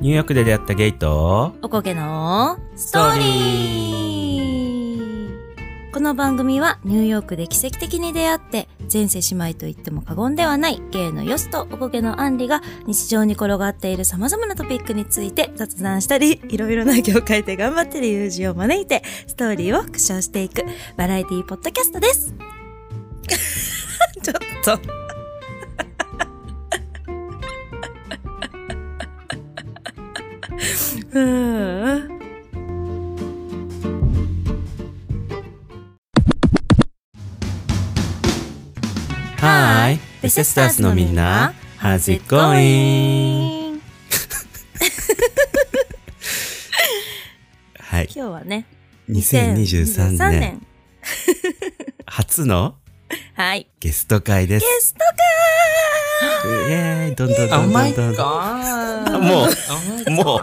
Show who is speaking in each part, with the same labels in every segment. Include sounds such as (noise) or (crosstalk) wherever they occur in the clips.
Speaker 1: ニューヨークで出会ったゲイと、
Speaker 2: おこげのストーリーこの番組はニューヨークで奇跡的に出会って前世姉妹と言っても過言ではない芸のヨスとおこげのアンリが日常に転がっている様々なトピックについて雑談したりいろいろな業界で頑張っている友人を招いてストーリーを復唱していくバラエティポッドキャストです
Speaker 1: (laughs)
Speaker 2: ちょっとうん
Speaker 1: はーい、ベセスターズのみんな、How's it going?
Speaker 2: 今
Speaker 1: はい、
Speaker 2: 日はね、
Speaker 1: 2023
Speaker 2: 2023
Speaker 1: 年初の
Speaker 2: はい。
Speaker 1: ゲスト会です
Speaker 2: ゲ。スト
Speaker 1: イェーイ、どんどんど
Speaker 3: Oh
Speaker 1: んど
Speaker 3: my
Speaker 1: んどん
Speaker 3: god.
Speaker 1: どん。もう、も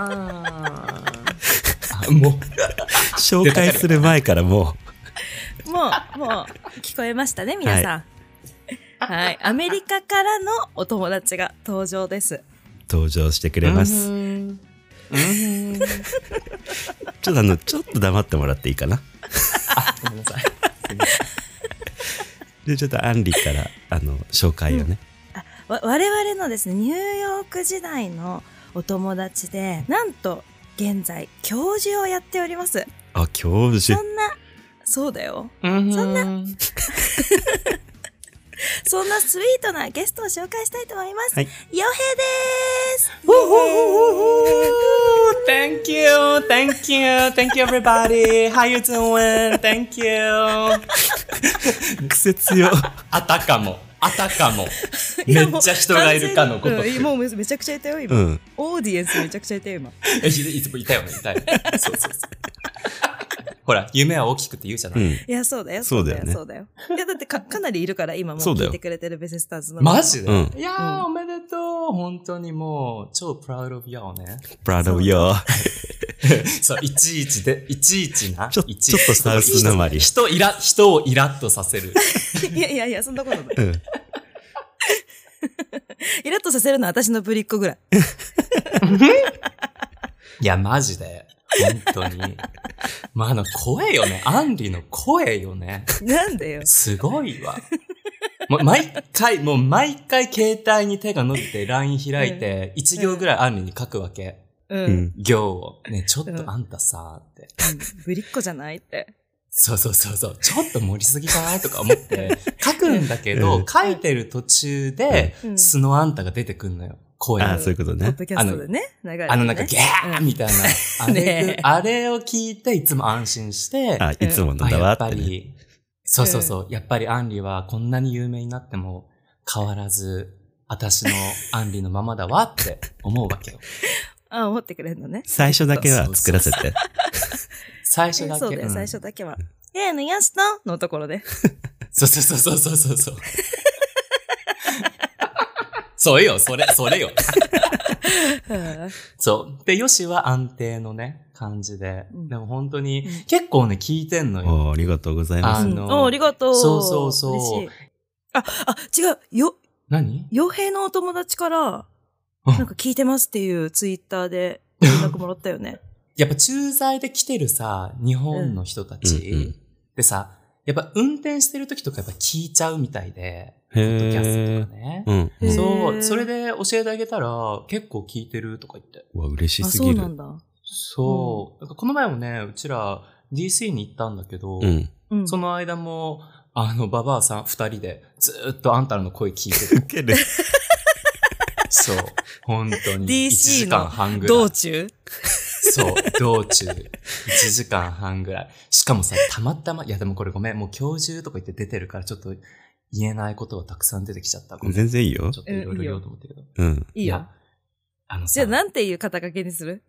Speaker 1: う、
Speaker 3: う。もう。
Speaker 1: 紹介する前からも
Speaker 2: かもう、もう、聞こえましたね、皆さん。はい、アメリカからのお友達が登場です。
Speaker 1: う登場してくれます。ちょっとあの、ちょっと黙ってもらっていいかな。
Speaker 3: あ、ごめんなさい。
Speaker 1: で、ちょっとアンリから、あの、紹介をね。
Speaker 2: わ我々のですね、ニューヨーク時代のお友達で、なんと、現在、教授をやっております。
Speaker 1: あ、教授
Speaker 2: そ。んな、そうだよ。
Speaker 3: そんな。
Speaker 2: そんなスイートなゲストを紹介したいと思います。
Speaker 1: はい
Speaker 2: ヨヘです
Speaker 3: ほほほほ Thank you, thank you, thank you everybody. How you doing? Thank you.
Speaker 1: 癖強。
Speaker 3: あたかも、あたかも。
Speaker 2: い
Speaker 3: め
Speaker 2: や
Speaker 3: っちゃ人がいるかの
Speaker 2: もう
Speaker 3: こ
Speaker 2: 完
Speaker 3: と
Speaker 2: 全にうんもうめちゃくちゃいたよ、今。
Speaker 1: うん。
Speaker 2: オーディエンスめちゃくちゃいたよ、今。
Speaker 3: えいつもいたよね、いたよね。そうそうそう。ほら、夢は大きくって言うじゃな
Speaker 1: う
Speaker 3: い。
Speaker 1: ん。
Speaker 2: いや、そうだよ。
Speaker 1: そうだよね
Speaker 2: そうだよ。いや、だってか、かなりいるから、今もう
Speaker 1: そうだ
Speaker 2: 聞
Speaker 1: よ
Speaker 2: いてくれてるベセスターズの。
Speaker 3: マジで、
Speaker 1: うん
Speaker 3: いやー、おめでとう本当にもう、超 proud of you ね。
Speaker 1: proud of you.
Speaker 3: そう、いちいちで、いちいちな。
Speaker 1: ちょ
Speaker 3: いい
Speaker 1: ちょっとサウスなまり
Speaker 3: 人いら、人をイラッとさせる。
Speaker 2: (laughs) いやいやいや、そんなことない。
Speaker 1: うん。
Speaker 2: イラッとさせるのは私のぶりっ子ぐらい。
Speaker 3: いや、マジで。本当に。まあ、あの、声よね。アンリの声よね。
Speaker 2: なんでよ。
Speaker 3: すごいわ。もう毎回、もう毎回携帯に手が伸びて LINE 開いて、1行ぐらいアンリに書くわけ。
Speaker 2: うん。
Speaker 1: う
Speaker 2: うん
Speaker 1: ん。
Speaker 3: 行を。ね、ちょっ
Speaker 2: うん
Speaker 3: とあんたさ、って。
Speaker 2: ぶりっ子じゃないって。
Speaker 3: そうそうそうそう。ちょっと盛りすぎかなとか思って、書くんだけど、書いてる途中で
Speaker 2: う、ん
Speaker 3: 素のあんたが出てくんのよ。声
Speaker 1: あ
Speaker 3: が
Speaker 1: あ、。そういうこと
Speaker 2: ポッ
Speaker 1: ね。
Speaker 2: ドキャストでね、流れてね
Speaker 3: あのなんか、ギャーみたいな。あれ
Speaker 2: (laughs) ねえ
Speaker 3: ぐ、あれを聞いて、いつも安心して、
Speaker 1: あ、いつもの
Speaker 3: あ
Speaker 1: だ
Speaker 3: や
Speaker 1: わ
Speaker 3: っぱ
Speaker 1: ってね。
Speaker 3: り、そうそうそう、やっぱりアンリはこんなに有名になっても変わらず、私のアンリのままだわって思うわけよ。
Speaker 2: あ、思ってくれるのね。
Speaker 1: 最初だけは作らせて。
Speaker 3: 最
Speaker 2: そ
Speaker 3: 初
Speaker 2: う
Speaker 3: だけ。
Speaker 2: だよ、
Speaker 3: ん
Speaker 2: 最初だけは。えーの、やしたのところで。
Speaker 3: そうそうそうそうそうそう。そうよ、それ、それよ。
Speaker 2: うん
Speaker 3: そう。で、ヨシは安定のね、感じで。
Speaker 2: うん
Speaker 3: でも本当に
Speaker 2: うん、
Speaker 3: 結構ね、聞いてんのよ。
Speaker 1: おーありがとうございます。
Speaker 3: あの
Speaker 2: うんおありがとう。
Speaker 3: そうそうそう
Speaker 2: 嬉しいあ、あ、違う。よ、
Speaker 3: 何
Speaker 2: 傭兵のお友達から、
Speaker 3: うん
Speaker 2: なんか聞いてますっていうツイッターで連絡もらったよね。
Speaker 3: やっぱ駐在で来てるさ、日本の人た
Speaker 1: うんうんうん
Speaker 3: ちでさ、やっぱ運転してる時とかやっぱ聞いちゃうみたいで、
Speaker 1: へ
Speaker 3: ポッドキャスト
Speaker 1: え
Speaker 3: と。かね。
Speaker 1: うん。
Speaker 2: へー
Speaker 3: そう、それで教えてあげたら、結構聞いてるとか言って。
Speaker 1: うわ、嬉し
Speaker 2: あ、
Speaker 1: す
Speaker 2: そ
Speaker 1: ぎ
Speaker 2: うなん
Speaker 1: る。
Speaker 2: だ。
Speaker 3: そう。なんかこの前もね、うちら DC に行ったんだけど、
Speaker 1: うん。
Speaker 2: うん。
Speaker 3: その間も、あの、ババアさん二人で、ずーっとあんたらの声聞
Speaker 1: (laughs)
Speaker 3: いてた。
Speaker 1: ける。
Speaker 3: そう。本当に。
Speaker 2: DC
Speaker 3: 1時間半ぐらい。
Speaker 2: 道中
Speaker 3: そう、道中、1時間半ぐらい。しかもさ、たまたま、いやでもこれごめん、もう今日中とか言って出てるから、ちょっと言えないことはたくさん出てきちゃった。ごめん
Speaker 1: 全然いいよ
Speaker 3: ちょ。っといろいろ言おうと思ってるけど。
Speaker 1: うん。
Speaker 2: いいよ。。
Speaker 3: あのさ、
Speaker 2: じゃあ、なんていう肩掛けにする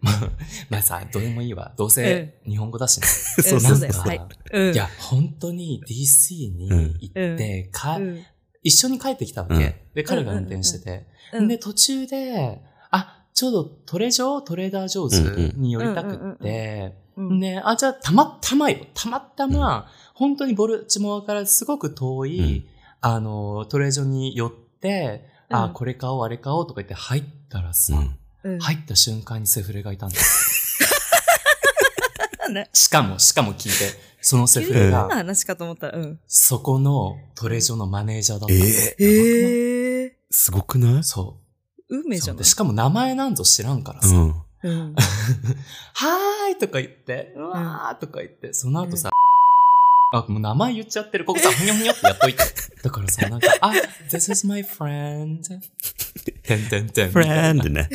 Speaker 3: まあ (laughs) まあさ、どうでもいいわ。どうせ、日本語だし
Speaker 2: (laughs)
Speaker 3: ね。
Speaker 2: そう
Speaker 3: なん
Speaker 2: だよ
Speaker 3: かさ
Speaker 2: はいうん。
Speaker 3: いや、本当に DC に行って、か
Speaker 2: うん、
Speaker 3: 一緒に帰ってきたわ
Speaker 1: うん
Speaker 3: け。で、彼が運転してて。
Speaker 2: うん。
Speaker 3: で、途中で、あ、ちょうどトレジョー、トレーダージョーズに寄りたくって、
Speaker 2: うん
Speaker 3: ねあ、じゃあ、たまたまよ。たまたま、本当にボルチモアからすごく遠い、あの、トレジョに寄って、
Speaker 2: うん
Speaker 3: あ、これ買おう、あれ買おうとか言って入ったらさ、
Speaker 2: うん。
Speaker 3: 入った瞬間にセフレがいたんだよ。
Speaker 2: (laughs) ね
Speaker 3: しかも、しかも聞いて、そのセ
Speaker 2: 急
Speaker 3: フ
Speaker 2: に
Speaker 3: レ
Speaker 2: 変な
Speaker 3: が、
Speaker 2: 話かと思ったら、うん。
Speaker 3: そこのトレジョのマネージャーだった
Speaker 1: え
Speaker 3: の。
Speaker 1: え
Speaker 2: ええ。
Speaker 1: すごくない
Speaker 3: そ
Speaker 2: 運
Speaker 3: う
Speaker 2: 命じゃ
Speaker 3: そう
Speaker 2: な
Speaker 3: で
Speaker 2: い
Speaker 3: しかも名前なんぞ知らんから
Speaker 1: う
Speaker 3: さ、
Speaker 1: ん。
Speaker 3: (laughs)
Speaker 2: うん。
Speaker 3: はーいとか言って、うわーとか言って、その後さ、あ、もう名前言っちゃってる。ここさ、ふにょふにょってや
Speaker 2: (laughs)
Speaker 3: っといて。だからさ、なんか、あ、this is my
Speaker 1: (laughs)
Speaker 3: friend. てんてんてん。
Speaker 1: フレンドね。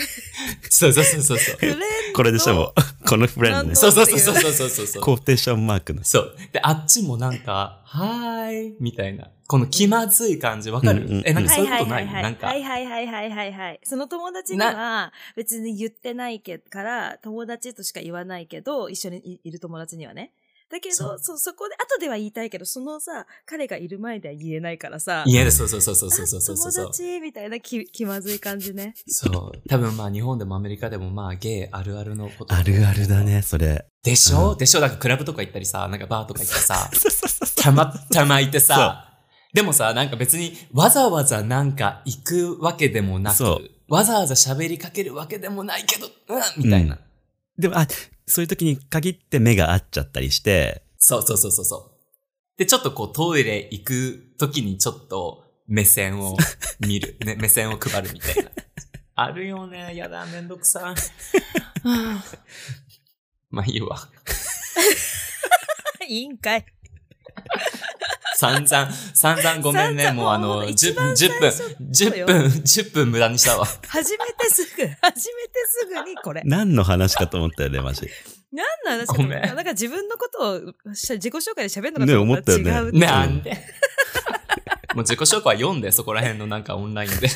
Speaker 3: そうそうそうそうそう。
Speaker 2: (laughs) フレンド
Speaker 1: これでしょもう。このフレンドね。
Speaker 3: そうそうそうそうそうそうそう。
Speaker 1: コーテーションマークの。
Speaker 3: そう。で、あっちもなんか、はーい、みたいな。この気まずい感じ、わかる、
Speaker 1: うんうん
Speaker 3: え、なんか
Speaker 2: は
Speaker 3: そう
Speaker 2: い
Speaker 3: いうこ
Speaker 2: はい
Speaker 3: と
Speaker 2: は
Speaker 3: な、
Speaker 2: いいは
Speaker 3: ないんか
Speaker 2: は、いはいはいはいはいはい。その友達には別に言ってないけから、友達としか言わないけど、一緒にいいる友達にはね。だけど、
Speaker 3: そ
Speaker 2: そううそこで、後では言いたいけど、そのさ、彼がいる前では言えないからさ。
Speaker 3: 家で、そうそうそうそうそうそうそう
Speaker 2: あ
Speaker 3: そう
Speaker 2: 友。達みたいな気気まずい感じね。
Speaker 3: そう。多分まあ日本でもアメリカでもまあゲイあるあるのこと。
Speaker 1: あるあるだ。ね、それ。
Speaker 3: でしょ、
Speaker 1: う
Speaker 3: でしょなんかクラブとか行ったりさ、なんかバーとか行って
Speaker 1: (laughs)
Speaker 3: さ、
Speaker 1: そうそうそうそ
Speaker 3: たまたまいてさ、でもさ、なんか別にわざわざなんか行くわけでもな
Speaker 1: そ
Speaker 3: く、わざわざ喋りかけるわけでもないけど、うん、みたいな。
Speaker 1: うう。でも、あ、そういう時に限って目が合っちゃったりして、
Speaker 3: そうそうそうそうそう。で、ちょっとこうトイレ行く時にちょっと目
Speaker 2: (laughs)
Speaker 3: 線を見る。ね、目線を配るみたいな。あるよね。やだ、めんどくさい。 (laughs) まあいいわ。
Speaker 2: いいんかい。
Speaker 3: 散々、散々ごめんね。
Speaker 2: 散々
Speaker 3: もうあ
Speaker 2: も
Speaker 3: の、
Speaker 2: う
Speaker 3: 10
Speaker 2: 一
Speaker 3: 分、
Speaker 2: 番
Speaker 3: 10
Speaker 2: 最
Speaker 3: 分
Speaker 2: 初、そう
Speaker 3: 10
Speaker 2: よ
Speaker 3: 分、10分無駄にしたわ。
Speaker 2: 初めてすぐ、 (laughs) 初めてすぐにこれ。
Speaker 1: 何の話かと思ったよね、マジ。
Speaker 2: 何の話か
Speaker 3: ごめん
Speaker 2: なんか自分のことをしゃ自己紹介で喋るのか
Speaker 1: ね
Speaker 2: と思ったら違
Speaker 1: 思ったよね
Speaker 2: うっていう
Speaker 1: ね
Speaker 3: なんでもう自己紹介は読んで、そこら辺のなんかオンライン
Speaker 2: (laughs)
Speaker 3: で。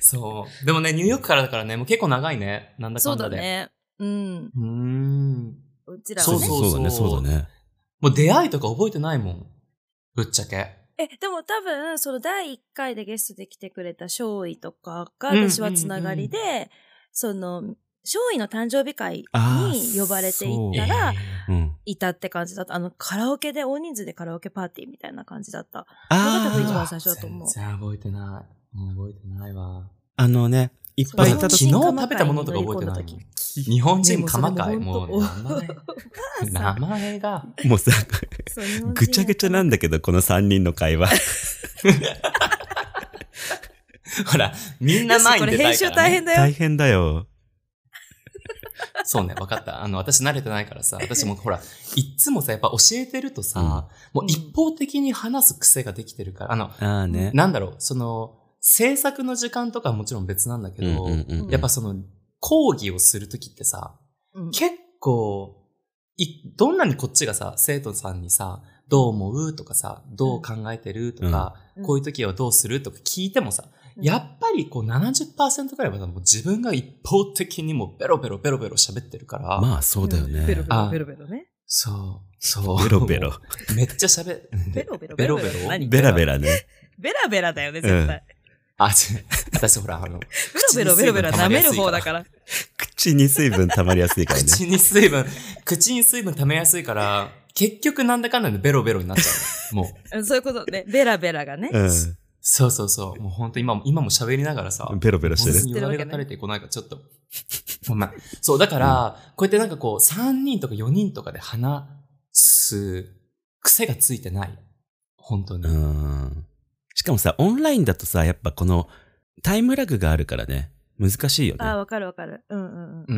Speaker 3: そう。でもね、ニューヨークからだからね、もう結構長いね。なんだ
Speaker 2: そ
Speaker 3: か
Speaker 2: うん
Speaker 3: だ
Speaker 2: だ
Speaker 3: で。
Speaker 2: ね。うん。
Speaker 3: うーん。
Speaker 2: うちらは
Speaker 3: そう
Speaker 2: ね。
Speaker 3: そう
Speaker 1: だね、そうだね。
Speaker 3: もう出会いとか覚えてないもん。ぶっちゃけ。
Speaker 2: え、でも多分、その第1回でゲストで来てくれた勝尉とかが、
Speaker 3: うん
Speaker 2: 私はつながりで、その、勝尉の誕生日会
Speaker 1: あ
Speaker 2: に
Speaker 1: ー
Speaker 2: 呼ばれていったら
Speaker 3: え、
Speaker 1: うん。
Speaker 2: いたって感じだった。あの、カラオケで、大人数でカラオケパーティーみたいな感じだった。
Speaker 3: ー
Speaker 2: 多分一
Speaker 1: あ
Speaker 2: 番最初だと思う
Speaker 3: 全然覚えてない。もう覚えてないわ。
Speaker 1: あ、あのね、いっぱいいた
Speaker 3: 昨
Speaker 1: 時
Speaker 3: 日
Speaker 2: そう
Speaker 3: 食べたものとか覚えてないもん。日本人鎌会
Speaker 2: で
Speaker 3: も
Speaker 2: も
Speaker 3: う
Speaker 2: それも
Speaker 3: 名
Speaker 2: 本 (laughs)
Speaker 3: 前。名前が。
Speaker 1: もうさ、
Speaker 2: そう日本人
Speaker 1: ぐちゃぐちゃなんだけど、この3人の会話。
Speaker 3: ほら、みんな前に出たい
Speaker 2: よしこれ編集
Speaker 3: から、
Speaker 2: 大
Speaker 3: ね
Speaker 2: 変。だよ。
Speaker 1: 大変だよ。
Speaker 3: そうね、わかった。あの、私慣れてないからさ、私もほら、いっつもさ、やっぱ教えてるとさ、もう一方的に話す癖ができてるから、あの、
Speaker 1: ああね。
Speaker 3: なんだろう、その、制作の時間とかはもちろん別なんだけど、
Speaker 2: うん
Speaker 3: やっぱその、講義をするときってさ、
Speaker 2: うん
Speaker 3: 結構、い、どんなにこっちがさ、生徒さんにさ、どう思うとかさ、どう考えてるとか、
Speaker 2: うん
Speaker 3: こういう時はどうするとか聞いてもさ、
Speaker 2: うん
Speaker 3: やっぱりこう70%くらいはさもう自分が一方的にもうベロベロベロベロ喋ってるから、
Speaker 1: まあそうだよね。
Speaker 2: ベロベ
Speaker 3: あ
Speaker 2: ロ、ベロベロね。
Speaker 3: そう、そう。
Speaker 1: ベロベロ。
Speaker 3: (laughs) めっちゃ喋、
Speaker 1: (laughs)
Speaker 2: ベロベロ
Speaker 3: ベ
Speaker 2: ベ
Speaker 3: ロ
Speaker 2: ロ
Speaker 3: ベ
Speaker 2: ベ
Speaker 3: ロ
Speaker 2: ロ何
Speaker 1: ベラベラね。
Speaker 2: ベラベラだよね、絶対。
Speaker 3: あ、違う私ほら、あの、
Speaker 2: ベロベロベロベロ舐める方だから。
Speaker 1: 口に水分溜まりやすいからね。
Speaker 3: 口に水分、口に水分溜めやすいから、結局なんだかんだでベロベロになっちゃうの。もう。
Speaker 2: うんそういうことね。ベラベラがね。
Speaker 1: う
Speaker 3: そうそうそう。もう本当今も、今も喋りながらさ
Speaker 1: ん。。ベロベロしてる。
Speaker 3: 言われが垂れてこないから、ちょっと。ほんま。そう、だから、こうやってなんかこう、3人とか4人とかで話す癖がついてない。本当に。
Speaker 1: うん。しかもさ、オンラインだとさ、やっぱこのタイムラグがあるからね。難しいよ
Speaker 2: ああ、
Speaker 1: ね。
Speaker 2: わかるわかる。うんうんうん。
Speaker 3: う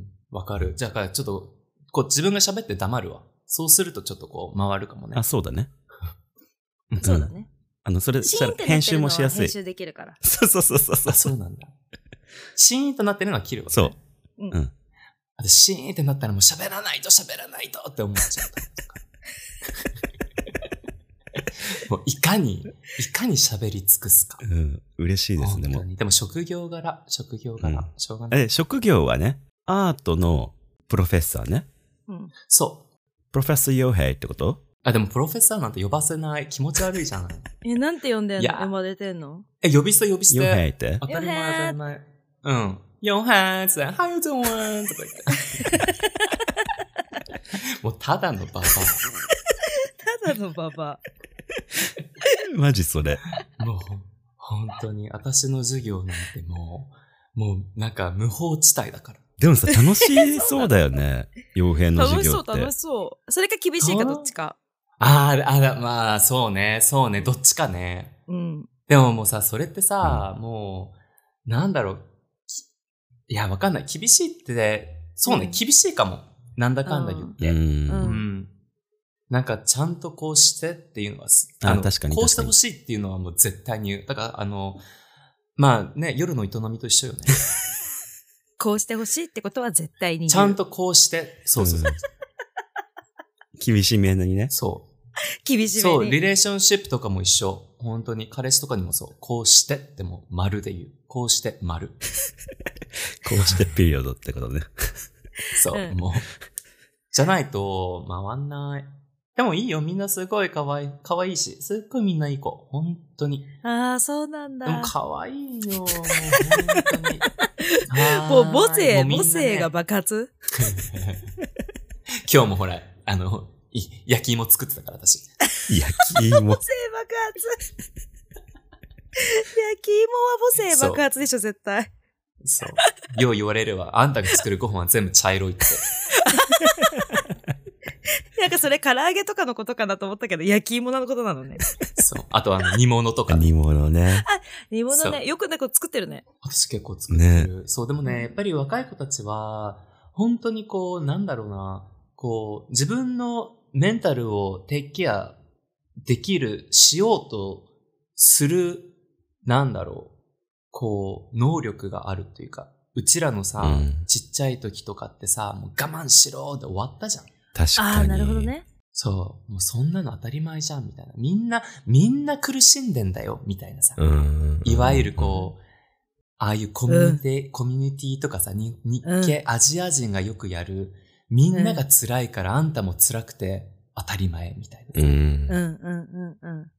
Speaker 3: ん。わかる。じゃあ、ちょっと、こう、自分が喋って黙るわ。そうするとちょっとこう、回るかもね
Speaker 1: あ、。そうだね。ん
Speaker 2: そうだね。
Speaker 1: あの、それ
Speaker 2: シ
Speaker 1: した
Speaker 2: ーン
Speaker 1: ら
Speaker 2: ってなってるのは
Speaker 1: 編集もしやすい
Speaker 2: 編。集できるから。
Speaker 1: そうそうそうそうそ
Speaker 3: あ、
Speaker 1: う。
Speaker 3: そうなんだ。シーンとなってるのは切るわ、ね。
Speaker 1: そう。
Speaker 2: うん
Speaker 1: うん。
Speaker 3: あとシーンってなったらもう喋らないと喋らないとって思っちゃ
Speaker 1: (laughs)
Speaker 3: う。もういかに、いかに喋り尽くすか。
Speaker 1: うん。嬉しいですね。
Speaker 3: 本
Speaker 1: も
Speaker 3: 当
Speaker 1: う
Speaker 3: にでも職業柄、職業柄、
Speaker 1: うん
Speaker 3: しょうがない。
Speaker 1: え、職業はね、アートのプロフェッサーね。
Speaker 2: うん。
Speaker 3: そう。
Speaker 1: プロフェッサー・ヨーヘイってこと
Speaker 3: あ、でもプロフェッサーなんて呼ばせない。気持ち悪いじ (laughs) ゃない。
Speaker 2: え、なんて呼んでん
Speaker 3: い
Speaker 2: の
Speaker 3: や
Speaker 2: 呼ばれてんの
Speaker 3: え、呼び捨て呼び捨
Speaker 1: ヨーヘイ
Speaker 3: て。
Speaker 1: って
Speaker 3: 当たり前
Speaker 2: ヨ
Speaker 3: 当
Speaker 2: ヘ
Speaker 3: たり前。うん。ヨハンさん、ハイドンとか言って。
Speaker 2: (laughs)
Speaker 3: もうただのババア。
Speaker 2: ただのババア。
Speaker 1: (laughs) マジそれ。
Speaker 3: もう、本当に、私の授業なんてもう、もう、なんか無法地帯だから。
Speaker 1: でもさ、楽しそうだよ
Speaker 2: (laughs)
Speaker 1: ね。傭兵の
Speaker 2: 楽
Speaker 1: 授業
Speaker 2: しそう、
Speaker 1: って。
Speaker 2: 楽しそう。それか厳しいかどっちか。
Speaker 3: ああ、あら、まあ、そうね、そうね、どっちかね。
Speaker 2: うん。
Speaker 3: でももうさ、それってさ、もう、なんだろう。きいや、わかんない。厳しいって、そうね、
Speaker 2: うん
Speaker 3: 厳しいかも。なんだかんだ言って。
Speaker 1: うん
Speaker 2: う
Speaker 3: うんん。なんか、ちゃんとこうしてっていうのは、す
Speaker 1: あ
Speaker 3: の
Speaker 1: 確かに
Speaker 3: こうしてほしいっていうのはもう絶対に言う。だから、あの、まあね、夜の営みと一
Speaker 1: (laughs)
Speaker 3: 緒よね。
Speaker 2: こうしてほしいってことは絶対に言う。
Speaker 3: ちゃんとこうして、そうそうそう。
Speaker 1: 厳しめにね。
Speaker 3: そう。
Speaker 2: 厳し
Speaker 3: そう、
Speaker 2: め
Speaker 3: リ
Speaker 2: に。
Speaker 3: レーションシップとかも一緒。本当に、彼氏とかにもそう。こうしてってもう丸で言う。こうして丸。
Speaker 1: こうしてピリオドってこと
Speaker 2: (laughs)
Speaker 1: ね。
Speaker 3: そう、
Speaker 2: うん
Speaker 3: もう。じゃないと、回んない。でもいいよ、みんなすごい可愛い、可愛いし、すっごいみんないい子。本当に。
Speaker 2: ああ、そうなん
Speaker 3: でも
Speaker 2: だ。
Speaker 3: 可愛
Speaker 2: (laughs)
Speaker 3: いよ、もう本当に。はーい
Speaker 2: もう母性、
Speaker 3: もうみんな
Speaker 2: 母
Speaker 3: ね
Speaker 2: 性が爆発
Speaker 3: 今日もほら、あの、い焼き芋作ってたから私。
Speaker 1: 焼き芋
Speaker 2: 母。性爆発 (laughs) 焼き芋は母性爆発でしょ、絶対。
Speaker 3: そう。よう言われるわ。あんたが作るご飯は全部茶色いって。
Speaker 2: なんかそれ唐揚げとかのことかなと思ったけど、焼き芋のことなのね。
Speaker 3: (laughs) そう。あとあの、煮物とか。
Speaker 1: 煮物ね。
Speaker 2: 煮物
Speaker 3: そう
Speaker 2: ね、よくなんか作ってるね。
Speaker 3: 私結構作ってる。そう、でもね、やっぱり若い子たちは、本当にこう、なんだろうな、こう、自分のメンタルをテイクケアできる、しようとする、なんだろう、こう、能力があるっていうか、うちらのさ、
Speaker 1: うん
Speaker 3: ちっちゃい時とかってさ、もう我慢しろで終わったじゃん。
Speaker 1: 確かに。
Speaker 2: ああ、なるほど。ね。
Speaker 3: そう、もうそんなの当たり前じゃん、みたいな。みんな、みんな苦しんでんだよ、みたいなさ。
Speaker 1: うん。
Speaker 3: いわゆるこう、ああいうコミュニティ、コミュニティとかさ、に日系、アジア人がよくやる、みんなが辛いからあんたも辛くて当たり前みたいな。
Speaker 1: うん。
Speaker 2: うんうんうんうん。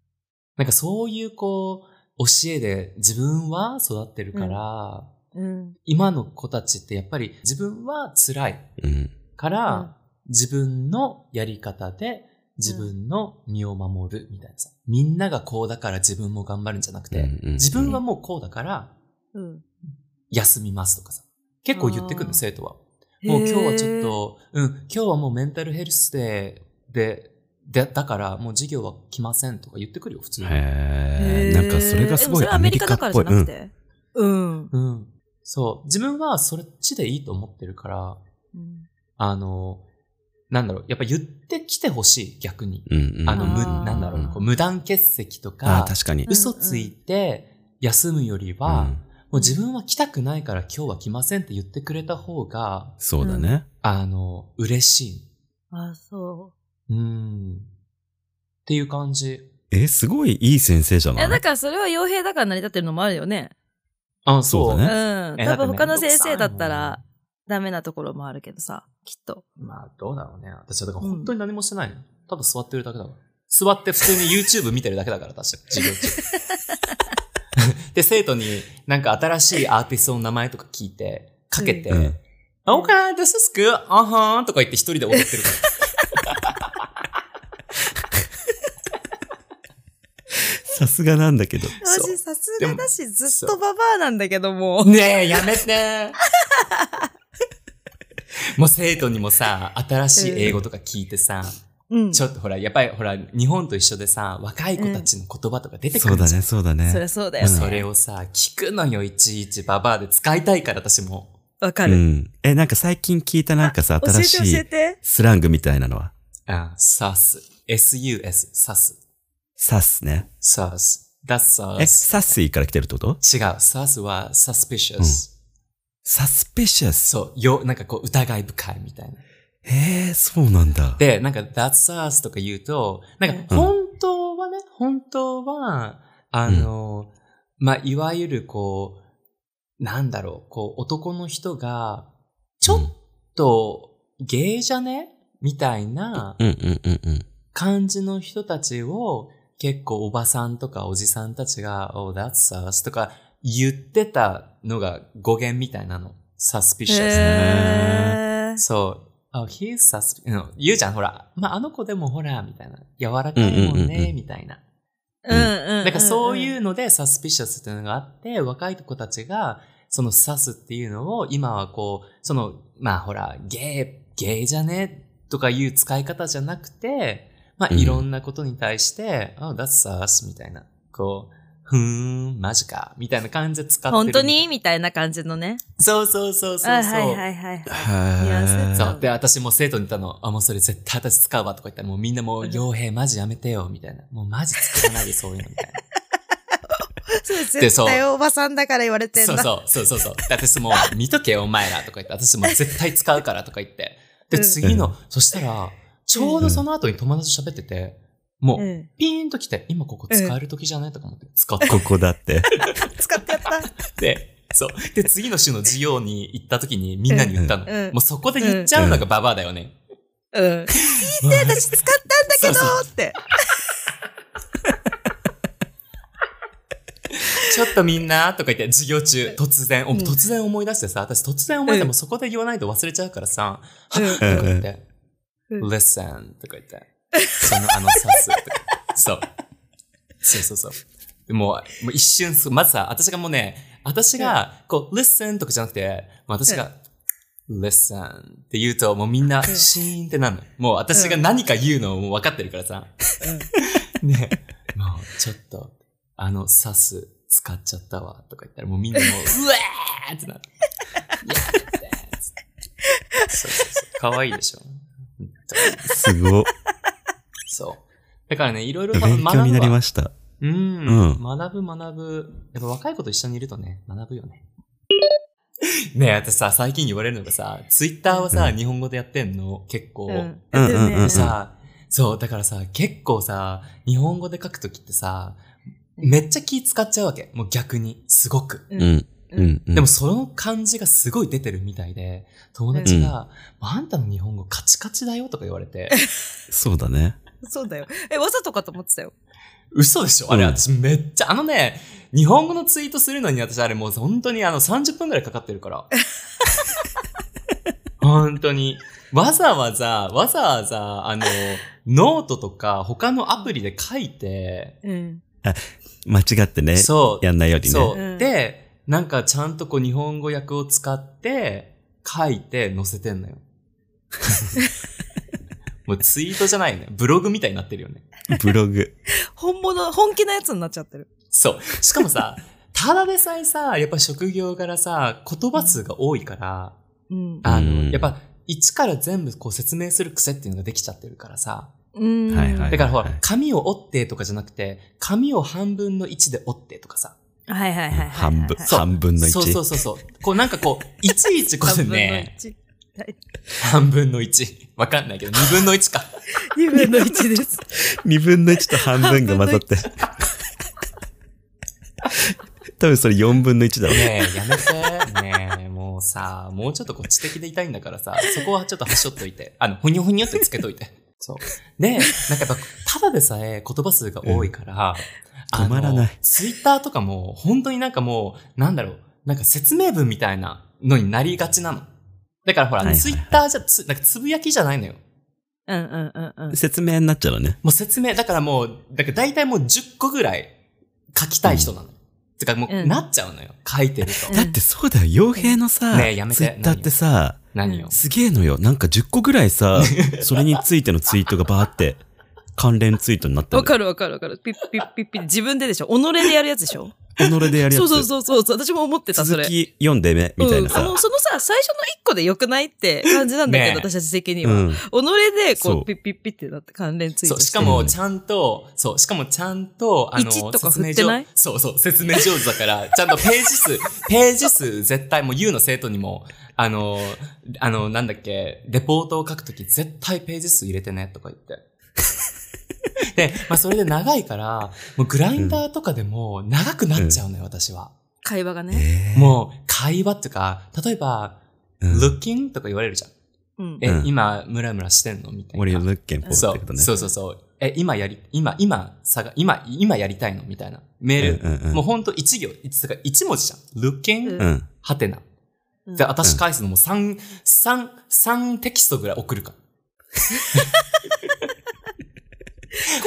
Speaker 3: なんかそういうこう、教えで自分は育ってるから、
Speaker 2: うん、
Speaker 3: 今の子たちってやっぱり自分は辛い
Speaker 1: うん。
Speaker 3: から、
Speaker 2: うん
Speaker 3: 自分のやり方で自分の身を守るみたいなさ。みんながこうだから自分も頑張るんじゃなくて、
Speaker 1: うんうん
Speaker 3: 自分はもうこうだから
Speaker 2: うん、
Speaker 3: 休みますとかさ。結構言って
Speaker 2: あ
Speaker 3: くる
Speaker 2: ー
Speaker 3: の、生徒は。もう今日はちょっと、うん、今日はもうメンタルヘルスデーで、で、だからもう授業は来ませんとか言ってくるよ、普通に。
Speaker 1: へ
Speaker 2: へ
Speaker 1: え。
Speaker 2: ー。
Speaker 1: なんかそれがすごい
Speaker 2: でもそれはア
Speaker 1: ア
Speaker 2: メ
Speaker 1: メリ
Speaker 2: リ
Speaker 1: カ
Speaker 2: カだ
Speaker 1: っ
Speaker 2: からじ
Speaker 1: ぽい。
Speaker 2: ゃな
Speaker 1: う
Speaker 2: く
Speaker 1: ん。
Speaker 2: て。うん。
Speaker 3: うん。そう。自分はそっちでいいと思ってるから、
Speaker 2: うん
Speaker 3: あの、なんだろう、やっぱ言ってきてほしい、逆に。
Speaker 1: うんうん。
Speaker 3: あの、無、
Speaker 2: あー
Speaker 3: なんだろう、こう無断欠席と
Speaker 1: あ
Speaker 3: か
Speaker 1: あ、、確かに。
Speaker 3: 嘘ついて休むよりは、もう自分は来たくないから今日は来ませんって言ってくれた方が、
Speaker 1: そうだね。
Speaker 3: あの、嬉しい。
Speaker 2: あ、そう
Speaker 3: ーん。っていう感じ。
Speaker 1: え、すごいいい先生じゃ
Speaker 2: う。い
Speaker 1: な
Speaker 2: や、だ
Speaker 1: い
Speaker 2: からそれは傭兵だから成り立ってるのもあるよね。
Speaker 3: あ、
Speaker 1: そう
Speaker 2: う
Speaker 1: だ
Speaker 2: ん。
Speaker 1: ね
Speaker 3: え
Speaker 2: 多分他の先生だった。
Speaker 3: だ
Speaker 2: ら
Speaker 3: て
Speaker 2: ダメなところもあるけどさ、きっと。
Speaker 3: めんどくさいもんまあ、どうだろうね。私はだから本当に何もしてないの。ただ座ってるだけだから。座って普通に YouTube 見てるだけだから、私、授
Speaker 2: (laughs)
Speaker 3: 業中。で、生徒になんか新しいアーティストの名前とか聞いて、かけて、
Speaker 1: うん
Speaker 3: Okay, this is good, uh huh, とか言って一人で踊ってるか
Speaker 1: さすがなんだけど。
Speaker 3: そう
Speaker 2: 私さすがだし、ずっとババアなんだけども
Speaker 3: ら。。ねえ、やめて。 (laughs) もう生徒にもさ、新しい英語とか聞いてさ、
Speaker 2: うん。
Speaker 3: ちょっとほら、やっぱりほら、日本と一緒でさ、若い子たちの言葉とか出てく
Speaker 1: そ
Speaker 3: る
Speaker 1: う
Speaker 3: じゃ
Speaker 1: だ
Speaker 3: ん。
Speaker 1: ね、そうだ
Speaker 2: そり
Speaker 1: ね。
Speaker 2: ゃそうだよ
Speaker 3: うん
Speaker 2: ね。
Speaker 3: それをさ、聞くのよ、いちいちババアで使いたいから、私も。
Speaker 2: わか
Speaker 1: う
Speaker 2: る。
Speaker 1: ん。え、なんか最近聞いたなんかさ、
Speaker 2: 教え
Speaker 1: 新
Speaker 2: て
Speaker 1: し
Speaker 2: 教え
Speaker 1: い
Speaker 2: て。
Speaker 1: スラングみたいなのは。
Speaker 3: うん、サス。sus, サス。
Speaker 1: サスね。
Speaker 3: サス。that's
Speaker 1: え、
Speaker 3: sus.
Speaker 1: サスイから来てるってこと
Speaker 3: 違う、サスは suspicious、
Speaker 1: うんサスペシャス。
Speaker 3: そう、よ、なんかこう、疑い深いみたいな。
Speaker 1: へえ、そうなんだ。
Speaker 3: で、なんか that's us とか言うと、なんか
Speaker 1: うん
Speaker 3: 本当はね、本当は、あの、まあ、いわゆるこう、なんだろう、こう、男の人が、ちょっと、ゲイじゃねみたいな
Speaker 1: うんうんうんうん。
Speaker 3: 感じの人たちを、結構おばさんとかおじさんたちが、oh, that's us とか言ってたのが語源みたいなの。suspicious ね。
Speaker 2: へー
Speaker 3: そう。あ、he's suspicious. 言うじゃん、ほら。まあ、あの子でもほら、みたいな。柔らか
Speaker 1: うんうんう
Speaker 3: いもん
Speaker 1: んう
Speaker 3: ね、
Speaker 1: ん
Speaker 3: みたいな。
Speaker 2: うんうん。。
Speaker 3: なんかそういううので、サスピシャスっていうのがあって、若い子たちが、そのサスっていうのを、今はこう、その、まあほら、ゲー、ゲーじゃねとかいう使い方じゃなくて、まあ
Speaker 1: うん
Speaker 3: いろんなことに対して、あ、that's us みたいな、こう、ふーん、マジか、みたいな感じで使ってる。
Speaker 2: 本当にみたいな感じのね。
Speaker 3: そうそうそうそうそう。
Speaker 2: はいはいはいはい。
Speaker 1: は
Speaker 2: ニュアンス
Speaker 3: そう。で、私も生徒に言ったの、あ、もうそれ絶対私使うわとか言ったら、もうみんなもう、傭兵マジやめてよ、みたいな。もうマジ使わないで、そういうの、
Speaker 2: (laughs)
Speaker 3: みたいな。
Speaker 2: それ
Speaker 3: でそ
Speaker 2: 絶
Speaker 3: う
Speaker 2: 対おばさんだから言われてん
Speaker 3: そう
Speaker 2: だ。
Speaker 3: そう、そうそうそう。私もう、見とけよ、お前ら、とか言って、私もう絶対使うから、とか言って。で、
Speaker 2: うん
Speaker 3: 次の、そしたら、ちょうどその後に友達と喋ってて、もう、
Speaker 2: ん。
Speaker 3: ピーンと来て、今ここ使える時じゃないとか思って、使って
Speaker 1: い。ここだって。
Speaker 2: 使ってやった。 (laughs)
Speaker 3: で、そう。で、次の週の授業に行った時にみんなに言ったの。
Speaker 2: うんうん
Speaker 3: もうそこで言っちゃうのがババアだよね。
Speaker 2: うん。
Speaker 3: 見て、
Speaker 2: 私使ったんだけど
Speaker 3: そう
Speaker 2: って。
Speaker 3: ちょっとみんなとか言って、授業中、突然、お突然思い出してさ、私突然思い出してもうそこで言わないと忘れちゃうからさ、
Speaker 2: うん
Speaker 3: とか言って、
Speaker 2: うん
Speaker 3: listen とか言 (laughs) って、そのあのさすとかそう。そうそうそう。でもう、もう一瞬す、まずさ、私がもうね、私が、こう、listen とかじゃなくて、もう私が、listen って言うと、もうみんな、シーンってなるの。もう私が何か言うのをもう分かってるからさ。ね、もうちょっと、あの、サス使っちゃったわ、とか言ったら、もうみんなもう、 (laughs) うわーってなる。やったーっつってそうそうそう。かわいいでしょ。本当に
Speaker 1: すごっ。
Speaker 3: そう。だからね、いろいろ多分
Speaker 1: 勉強になりました。
Speaker 3: う
Speaker 1: うん
Speaker 3: ん。学ぶ学ぶ。やっぱ若い子と一緒にいるとね、学ぶよね。ねえ、私さ、最近言われるのがさ、ツイッターはさ、
Speaker 1: うん
Speaker 3: 日本語でやってんの、結構。
Speaker 2: うん。
Speaker 1: うんうんうん
Speaker 3: でさ、そう、だからさ、結構さ、日本語で書くときってさ、めっちゃ気使っちゃうわけ。もう逆に、すごく。
Speaker 1: う。ん。うん。うん
Speaker 3: でもその感じがすごい出てるみたいで、友
Speaker 1: う
Speaker 3: 達が、
Speaker 1: ん
Speaker 3: もうあんたの日本語カチカチだよとか言われて、
Speaker 1: そうだね。
Speaker 2: そうだよ。え、わざとかと思ってたよ。
Speaker 3: 嘘でしょあれ、
Speaker 1: うん
Speaker 3: 私めっちゃ、あのね、日本語のツイートするのに私あれもう本当にあの30分くらいかかって
Speaker 1: (laughs)
Speaker 3: るから。本当に。わざわざ、わざわざ、あの、ノートとか他のアプリで書いて、
Speaker 2: うん。
Speaker 1: 間違ってね。
Speaker 3: そう、
Speaker 1: やんないよりね。
Speaker 3: そう、
Speaker 2: うん
Speaker 3: で、なんかちゃんとこう日本語訳を使って、書いて載せてんのよ。もうツイートじゃないよね。ブログみたいになってるよね。
Speaker 1: ブログ。
Speaker 2: 本物、本気なやつになっちゃってる。
Speaker 3: そう。しかも
Speaker 1: (laughs)
Speaker 3: さ、ただでさえさ、やっぱ職業柄さ、言葉数が多いから、
Speaker 2: うん。
Speaker 3: あの、
Speaker 1: うん
Speaker 3: やっぱ一から全部こう説明する癖っていうのができちゃってるからさ。
Speaker 2: うん。
Speaker 1: はいはい
Speaker 3: だからほら、紙を折ってとかじゃなくて、紙を半分の1で折ってとかさ。
Speaker 2: はいはいはいはいはい。
Speaker 1: 半分、
Speaker 3: そう
Speaker 1: 半分の
Speaker 3: そうそう
Speaker 1: 1。
Speaker 3: そうそう。こうなんかこう、いちいちこう
Speaker 2: 半分の
Speaker 3: ね、
Speaker 2: 1。
Speaker 3: 半分の1。わかんないけど、2分の1か。
Speaker 2: 二分の一です。
Speaker 1: 二分の1と半分が混ざって。 (laughs) 多分それ4分の1だろうね。
Speaker 3: ねえ、やめて。ねえ、もうさ、もうちょっとこう知的でいたいんだからさ、そこはちょっと端折っといて。あの、ほにょほにょってつけと
Speaker 1: (laughs)
Speaker 3: いて。そう。で、なんかやっぱ、ただでさえ言葉数が多いか
Speaker 1: う
Speaker 3: ら、
Speaker 1: ん止まらない。
Speaker 3: ツイッターとかも、本当になんかもう、なんだろう、なんか説明文みたいなのになりがちなの。だからほら、
Speaker 1: はいはいはい
Speaker 3: ツイッターじゃ、つなんかつぶやきじゃないのよ。
Speaker 2: うんうんうんうん。
Speaker 1: 説明になっちゃうのね。
Speaker 3: もう説明、だからもう、だから大体もう10個ぐらい書きたい人なの。てかもう、
Speaker 2: うん
Speaker 3: なっちゃうのよ。書いてると。
Speaker 2: うん
Speaker 1: だってそうだよ、傭兵のさ、
Speaker 3: ねえやめ
Speaker 1: ツ
Speaker 3: て
Speaker 1: イッターってさ、
Speaker 3: 何を。
Speaker 1: すげえのよ。なんか10個ぐらい
Speaker 3: (laughs)
Speaker 1: さ、それについてのツイートがバーって、関連ツイートになって
Speaker 2: わ
Speaker 1: る。
Speaker 2: かるわかるわかる。ピッピッピッピッ。自分ででしょ己でやるやつでしょ
Speaker 1: 己でやるや
Speaker 2: そう
Speaker 1: つ。
Speaker 2: そうそうそう。私も思ってた、そ
Speaker 1: 続
Speaker 2: れ。
Speaker 1: き読んでね、みたいな
Speaker 2: うん、あ
Speaker 1: さ
Speaker 2: の、。そのさ、最初の一個で良くないって感じなんだけど、
Speaker 3: ねえ
Speaker 2: 私たち的に
Speaker 1: う
Speaker 2: は。
Speaker 1: ん。
Speaker 2: 己で、
Speaker 1: そ
Speaker 2: こ
Speaker 1: う
Speaker 2: う、ピッピッピッってなって関連ツイー
Speaker 3: そ
Speaker 2: ト
Speaker 3: う、し
Speaker 2: して
Speaker 3: かも、ちゃんと、そう、しかもちゃんと、あの、
Speaker 2: 一とか
Speaker 3: 説明
Speaker 2: 振ってない
Speaker 3: 上そうそう、説明上手だから、 (laughs) ちゃんとページ数、ページ数絶対もう U の生徒にも、あの、あの、なんだっけ、レポートを書くとき絶対ページ数入れてね、とか言って。で、まあそれで長いから、もうグラインダーとかでも長くなっちゃうのよ、私は。
Speaker 2: 会話がね。
Speaker 1: えー
Speaker 3: もう会話っていうか、例えば、
Speaker 1: うん、
Speaker 3: looking とか言われるじゃん。
Speaker 2: うん。
Speaker 3: え、
Speaker 1: うん
Speaker 3: 今、ムラムラしてんのみたいな。
Speaker 1: 俺、ルッケンポー
Speaker 3: そ
Speaker 1: ってこと
Speaker 3: う
Speaker 1: ね。
Speaker 3: そうそうそう。え、今やり、今、今、さが、今、今やりたいのみたいな。メール。
Speaker 1: うんうんうん
Speaker 3: もうほんと1行、一つか一文字じゃん。looking,、
Speaker 2: うん
Speaker 1: うん。
Speaker 3: はてな。
Speaker 2: うん
Speaker 3: で、私返すのも3、三三テキストぐらい送るから。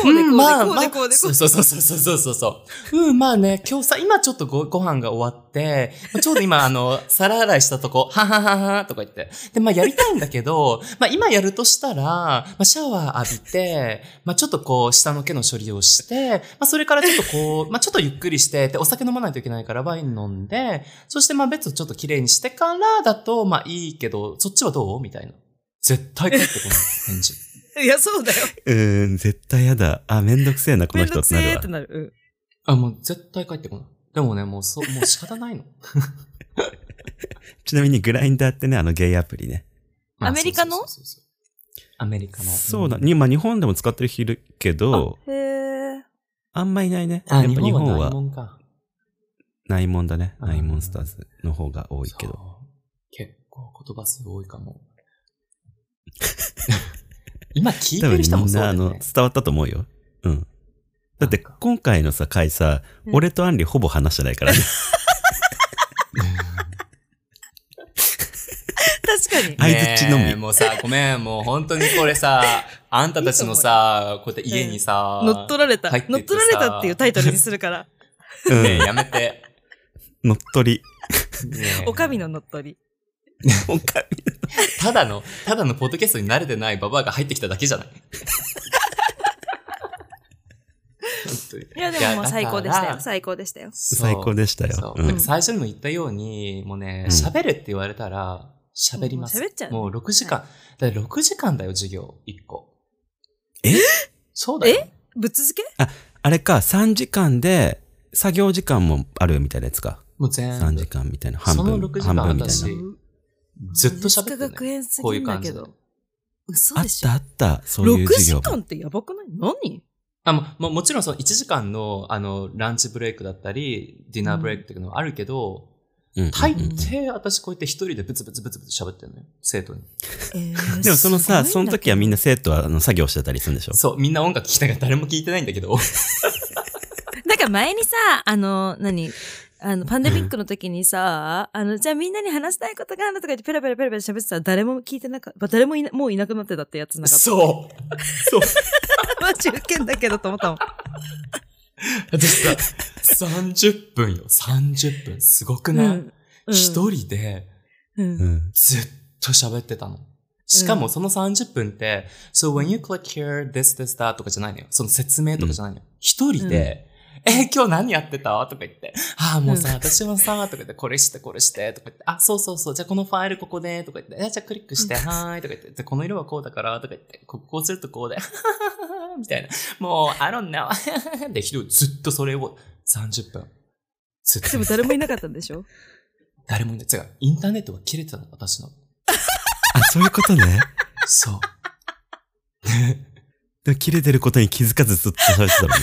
Speaker 2: こうでこうで
Speaker 3: まあ
Speaker 2: こう
Speaker 3: ま
Speaker 2: で
Speaker 3: あ
Speaker 2: こうでこ
Speaker 3: そうそうそうそうそうそうそう。うん、まあね、今日さ、今ちょっとごご飯が終わって、まあちょうど今、あの、皿洗いしたとこ、ははははとか言って。で、まあやりたいんだけど、まあ今やるとしたら、まあシャワー浴びて、まあちょっとこう、下の毛の処理をして、まあそれからちょっとこう、まあちょっとゆっくりして、で、お酒飲まないといけないからワイン飲んで、そしてまあ別をちょっと綺麗にしてからだと、まあいいけど、そっちはどうみたいな。絶対帰ってこない、返事。
Speaker 2: う。いや、そうだよ。
Speaker 1: うーん、絶対やだ。あ、めんどくせえな、こ
Speaker 2: め
Speaker 1: の
Speaker 2: ん
Speaker 1: 人
Speaker 2: どく
Speaker 1: って
Speaker 2: せ
Speaker 1: な
Speaker 2: え
Speaker 1: る
Speaker 2: って
Speaker 1: わ。
Speaker 2: なる。うん。
Speaker 3: あ、もう絶対帰ってこない。でもね、もうそ
Speaker 2: (laughs)
Speaker 3: う、もう仕方ないの。
Speaker 1: ちなみにグラインダーってね、あのゲイアプリね。
Speaker 3: まあ
Speaker 2: アメリカの
Speaker 3: そうそうそうそうアメリカの。
Speaker 1: そうだ。
Speaker 3: ん
Speaker 1: にまあ日本でも使ってる人いるけど、
Speaker 2: へえ。
Speaker 1: あんまいないね。や
Speaker 3: あ、
Speaker 1: っぱ
Speaker 3: 日
Speaker 1: 日
Speaker 3: 本
Speaker 1: 本は
Speaker 3: はないもんか。
Speaker 1: ないもんだね。
Speaker 3: うん
Speaker 1: ないもんスターズの方が多いけど。
Speaker 3: そう。結構言葉数多いかも。 (laughs) 今聞い
Speaker 1: 多
Speaker 3: て
Speaker 1: 分
Speaker 3: る人も
Speaker 1: みん
Speaker 3: そう
Speaker 1: な、
Speaker 3: だ
Speaker 1: あ
Speaker 3: よ
Speaker 1: の、
Speaker 3: ね
Speaker 1: 伝わったと思うよ。うん。だって
Speaker 3: なんか
Speaker 1: 今回のさ、回さ、
Speaker 2: うん
Speaker 1: 俺とアンリほぼ話してない
Speaker 3: (laughs)
Speaker 1: からね。
Speaker 2: 確かに。
Speaker 1: 相槌のみ
Speaker 3: ねえもうさ、ごめん、もう本当にこ
Speaker 2: (laughs)
Speaker 3: れさ、あんたたちのさ、こうやって家にさ、
Speaker 2: 乗っ取られた
Speaker 3: 入っ。て
Speaker 2: 乗っ取られたっていうタイトルにする
Speaker 3: (laughs)
Speaker 2: から。
Speaker 1: うん
Speaker 3: ねえや
Speaker 2: (laughs)
Speaker 3: めて。
Speaker 1: 乗っ取り。
Speaker 3: ねえ
Speaker 2: おかみの乗っ取り。
Speaker 3: ただの、ただのポッドキャストに慣れてないババアが入ってきただけじゃない。
Speaker 2: いや、でももう最高でしたよ。最高でしたよ。
Speaker 1: 最高でしたよ。
Speaker 3: そう
Speaker 1: う
Speaker 3: で
Speaker 1: ん
Speaker 3: も最初にも言ったように、もうね、
Speaker 1: うん
Speaker 3: 喋れって言われたら、喋ります。
Speaker 2: もう喋っちゃうね
Speaker 3: もう6時間。だって6時間だよ、授業、1個。
Speaker 1: え
Speaker 3: そうだよ。
Speaker 2: ぶっ続け
Speaker 1: あれか、3時間で、作業時間もあるみたいなやつか。
Speaker 3: もう全
Speaker 1: 3
Speaker 3: 部
Speaker 1: 時。間みたいな。半
Speaker 3: その
Speaker 1: 分、
Speaker 3: 6時
Speaker 1: 半
Speaker 3: 間
Speaker 1: 分みたい
Speaker 3: 私
Speaker 1: な。、
Speaker 3: ずっ
Speaker 2: 美
Speaker 3: と喋
Speaker 2: 術科
Speaker 3: って
Speaker 2: 学
Speaker 3: ね。
Speaker 2: 園す
Speaker 3: こう
Speaker 2: ぎ
Speaker 3: いうん
Speaker 2: だ
Speaker 3: 感じ
Speaker 2: け
Speaker 3: で。
Speaker 2: ど。嘘
Speaker 1: あ
Speaker 2: で
Speaker 1: っ
Speaker 2: した
Speaker 1: あ
Speaker 2: ょ。
Speaker 1: った、そうい
Speaker 2: 6
Speaker 1: う授
Speaker 2: 時
Speaker 1: 業。
Speaker 2: 間ってやばくない
Speaker 3: (laughs)
Speaker 2: 何
Speaker 3: あもももちろんその1時間の、あの、ランチブレイクだったり、ディナーブレイクっていうのはあるけど、
Speaker 1: うんうんうん
Speaker 3: 大抵私こうやって一人でブツブツブツブツ喋ってるのよ、生徒に。
Speaker 1: でもそのさ、その時はみん
Speaker 2: な。
Speaker 1: な生徒はあの作業してたりするんでしょ
Speaker 3: そう、みんな音楽聴きながら誰も聞いてないんだけど。
Speaker 4: なんか前にさ、あの、何あの、パンデミックの時にさ、あの、じゃあみんなに話したいことがあるとか言ってペラペラペラペラ喋ってたら誰も聞いてなかった。誰もいな、もういなくなってたってやつなかっ
Speaker 3: そう。そう。
Speaker 2: マジ受けんだけどと思ったもん。
Speaker 3: 私さ、30分 (laughs) よ、30分。すごく
Speaker 2: う
Speaker 3: ない
Speaker 2: んうん
Speaker 3: 一、人で
Speaker 2: うん
Speaker 1: うん。
Speaker 3: ずっと喋ってたの。しかもその30分って、so when you click here, this, this, that とかじゃないのよ。その説明とかじゃないのよ。一、人で、え、今日何やってたとか言って。ああ、もうさ、
Speaker 2: うん
Speaker 3: 私はさ、とか言って、これして、これして、とか言って。あ、そうそうそう。じゃあこのファイルここで、とか言って。え、じゃあクリックして、はーい、とか言って。で、この色はこうだから、とか言って。ここうするとこうで、 (laughs) みたいな。もう、I don't know. (laughs) で、ひどい。ずっとそれを30分。ずっ
Speaker 2: で
Speaker 3: と
Speaker 2: も。誰もいなかったんでしょ
Speaker 3: 誰もいない。違う。インターネットが切れてたの、私の。
Speaker 1: あ、そういうことね。
Speaker 3: そう。
Speaker 1: でも切れてることに気づかずずっと喋ってたもんね。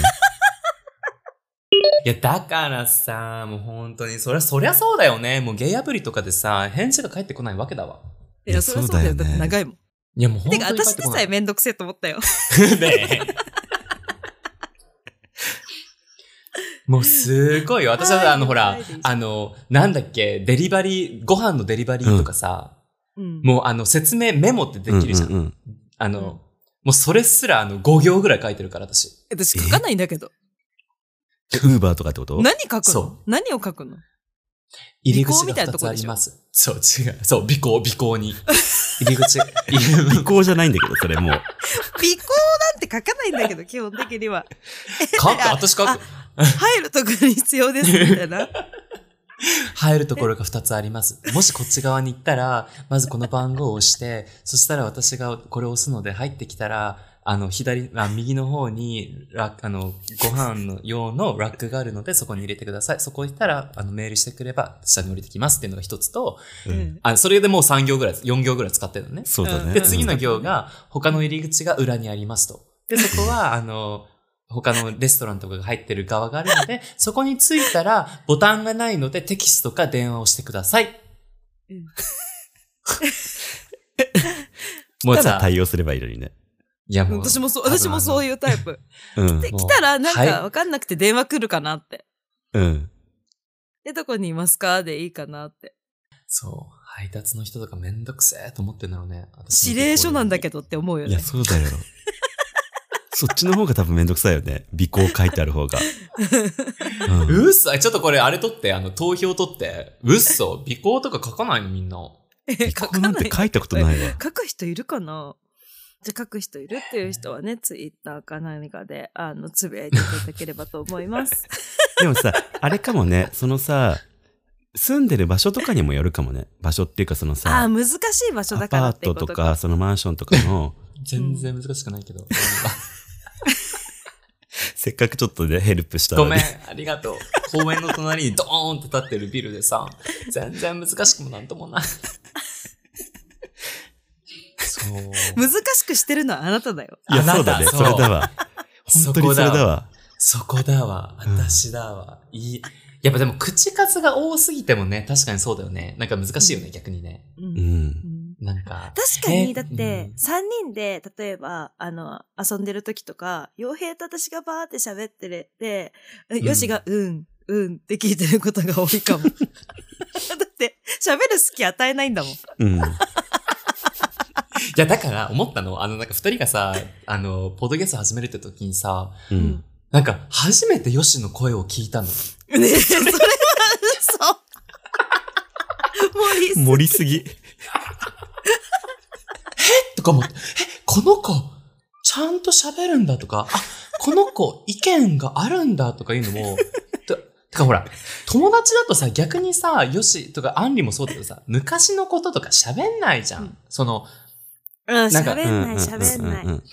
Speaker 3: いや、だからさ、もう本当に、そりゃ、そりゃそうだよね。もうゲイアプリとかでさ、返事が返ってこないわけだわ。
Speaker 1: い
Speaker 2: い
Speaker 1: や
Speaker 2: や、そりゃそうだよ。
Speaker 1: そうだ
Speaker 2: だ
Speaker 1: よ
Speaker 2: っ
Speaker 1: ね
Speaker 2: て長いもん。
Speaker 3: いや、もう本当
Speaker 2: て
Speaker 3: に
Speaker 2: か、
Speaker 3: 返っ
Speaker 2: 私
Speaker 3: て
Speaker 2: で
Speaker 3: こ
Speaker 2: さ
Speaker 3: ない。
Speaker 2: えめんどくせえと思ったよ。
Speaker 3: ねえもうすごいよ。私は
Speaker 2: はい
Speaker 3: さあの、ほら
Speaker 2: はいでいい、
Speaker 3: あの、なんだっけ、デリバリー、ご飯のデリバリーとかさ、
Speaker 2: うん
Speaker 3: もうあの、説明メモってできるじゃん。
Speaker 1: うんうんうん
Speaker 3: あ
Speaker 2: うん
Speaker 3: の、もうそれすらあの、5行ぐらい書いてるから、私。
Speaker 2: 私書かないんだけど。
Speaker 1: えウーバーとかってこと
Speaker 2: 何書く
Speaker 3: そ
Speaker 2: の何を書くの
Speaker 3: 入り口
Speaker 2: 尾行みた
Speaker 3: が
Speaker 2: いな
Speaker 3: 2
Speaker 2: と
Speaker 3: つ
Speaker 2: こ
Speaker 3: あ
Speaker 2: でし
Speaker 3: り
Speaker 2: ょ
Speaker 3: ます。そう、違う。そう、尾行、尾行に。入り (laughs) 口。入り
Speaker 1: 尾行じゃないんだけど、それもう。
Speaker 2: 尾行なんて書かないんだけど、基本的には。
Speaker 3: (laughs) 書く、私書
Speaker 2: あ
Speaker 3: く。
Speaker 2: 入るとこに必要です、みたいな。
Speaker 3: 入るところが2つあります。もしこっち側に行ったら、まずこの番号を押して、そしたら私がこれを押すので入ってきたら、あの、左、あ右の方に、ラックあの、ご飯の用のラックがあるので、そこに入れてください。そこ行ったら、あの、メールしてくれば、下に降りてきますっていうのが一つと、
Speaker 1: うん
Speaker 3: あの、それでもう3行ぐらい、4行ぐらい使ってるのね。
Speaker 1: そうだね。
Speaker 3: で、次の行が、他の入り口が裏にありますと。で、そ
Speaker 2: (laughs)
Speaker 3: こは、あの、他のレストランとかが入ってる側があるので、そこに着いたら、ボタンがないので、テキストか電話をしてください。もう
Speaker 1: ただ
Speaker 3: さ、
Speaker 1: 対応すればいいのにね。
Speaker 3: いやもう、
Speaker 2: 私もそう、私もそう
Speaker 3: う。
Speaker 2: いうタイプ。
Speaker 1: うん
Speaker 2: で、
Speaker 3: もう
Speaker 2: 来たらなん
Speaker 3: はい
Speaker 2: かわかんなくて電話来るかなって。
Speaker 1: うん。
Speaker 2: で、どこにいますかでいいかなって。
Speaker 3: そう。配達の人とかめんどくせえと思ってんだろうね。
Speaker 2: 指令書なんだけ
Speaker 3: ど。
Speaker 2: (laughs) どって思うよ
Speaker 1: いや、
Speaker 2: ね。
Speaker 1: そうだよ。そっちの方が多分めんどくさいよね。尾行書いてある方が。うん
Speaker 3: うっそ、ちょっとこれあれ取って、あの、投票取って。うっそ、尾行とか書かないのみんな。
Speaker 1: 尾行なんて書いたことないわ。
Speaker 2: 書く人いるかなじゃあ書く人いるっていう人はね、ツイッターか何かで、あの、つぶやいていただければと思います。
Speaker 1: でもさ、あれかもね、そのさ、住んでる場所とかにもよるかもね。場所っていうかその
Speaker 2: ああ、
Speaker 1: さ、
Speaker 2: 難しい場所
Speaker 1: ア
Speaker 2: だから
Speaker 1: パー
Speaker 2: ってい
Speaker 1: ト
Speaker 2: うことと
Speaker 1: か、そのマンションとかの、
Speaker 3: 全然難しくない
Speaker 2: (laughs)
Speaker 3: けど。
Speaker 1: せっかくちょっとね、ヘルプした
Speaker 3: ご
Speaker 1: の
Speaker 3: め
Speaker 1: に
Speaker 3: ん。、ありがとう。 (laughs) 公園の隣にドーンって立ってるビルでさ、全然難しくもなんともない。そう。
Speaker 2: 難しくしてるのはあなただよ。
Speaker 1: いや、
Speaker 3: あなた
Speaker 1: そうだね。それだわ。
Speaker 3: そ
Speaker 1: 本
Speaker 3: う
Speaker 1: 当にそれだわ。
Speaker 3: そこだわ。
Speaker 1: うん
Speaker 3: 私だわ。いい。やっぱでも口数が多すぎてもね、確かにそうだよね。なんか難しいよね、逆にね。
Speaker 2: う
Speaker 1: うんん。
Speaker 3: なんか。
Speaker 2: 確かに、
Speaker 3: え
Speaker 2: だって
Speaker 3: う、ん
Speaker 2: 3人で、例えば、あの、遊んでる時とか、洋平と私がバーって喋ってれて、
Speaker 3: ん
Speaker 2: よしが、うん、うんって聞いてることが多いかも。だって、喋る隙与えないんだもん。
Speaker 1: うん。
Speaker 3: いや、だから思ったの、あの、なんか二人がさ、あの、ポッドゲスト始めるって時にさ、
Speaker 1: うん。
Speaker 3: なんか初めてヨシの声を聞いたの。
Speaker 2: ね (laughs) え、それは嘘。もういいっす
Speaker 1: 盛りすぎ。
Speaker 3: とか思って、え、この子、ちゃんと喋るんだとか、あ、この子、意見があるんだとかいうのも、とてかほら、友達だとさ、逆にさ、よしとか、あんりもそうだけどさ、昔のこととか喋んないじゃん。その、
Speaker 2: うん、
Speaker 3: なんか
Speaker 2: 喋
Speaker 1: うんん
Speaker 2: ない、
Speaker 1: う
Speaker 2: 喋ん
Speaker 1: ん
Speaker 2: な
Speaker 1: う
Speaker 2: い。
Speaker 1: ん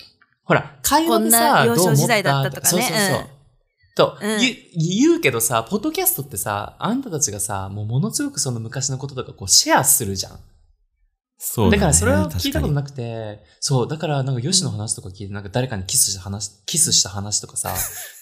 Speaker 3: ほら、会話でさ、
Speaker 2: こんな幼
Speaker 3: どう
Speaker 2: 少
Speaker 3: 思
Speaker 2: 時代だったとかね
Speaker 3: そうそうそう。
Speaker 2: うん
Speaker 3: と、
Speaker 2: うん
Speaker 3: 言う言うけどさ、ポッドキャストってさ、あんたたちがさ、もうものすごくその昔のこととかこうシェアするじゃん。
Speaker 1: そうだ
Speaker 3: だ
Speaker 1: ね
Speaker 3: からそれは聞いたこ
Speaker 1: 確か
Speaker 3: となくて、そう、だからなんかヨシの話とか聞いて、なんか誰かにキスした話、キスした話と
Speaker 1: (laughs)
Speaker 3: かさ、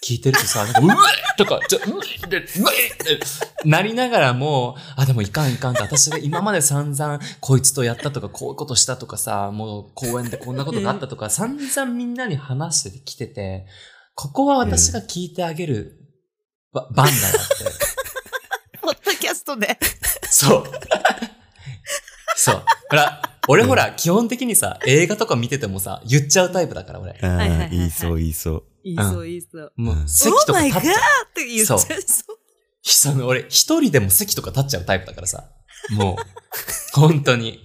Speaker 3: 聞いてるとさ、なんか、うわっとか、ちょ、うわっで、うわっってなりながらも、あ、でもいかんいかんと、私が今まで散々こいつとやったとか、こういうことしたとかさ、もう公園でこんなことがあったとか、散々みんなに話してきてて、ここは私が聞いてあげるば番だなって。
Speaker 2: ポッドキャストで。
Speaker 3: そう。そう。ほら、俺ほら、基本的にさ、映画とか見ててもさ、言っちゃうタイプだから、俺。
Speaker 1: あ
Speaker 2: はいはい
Speaker 1: あ
Speaker 2: はいはい
Speaker 1: 言いそう、言いそう。
Speaker 2: いいそう、いいそう。
Speaker 3: も
Speaker 1: うん
Speaker 3: う、席
Speaker 2: Oh
Speaker 3: とか
Speaker 2: my
Speaker 3: 立っちゃう。
Speaker 2: あって言っちゃいそう。
Speaker 3: その俺、一人でも席とか立っちゃうタイプだからさ。
Speaker 1: (laughs)
Speaker 3: もう、本当に。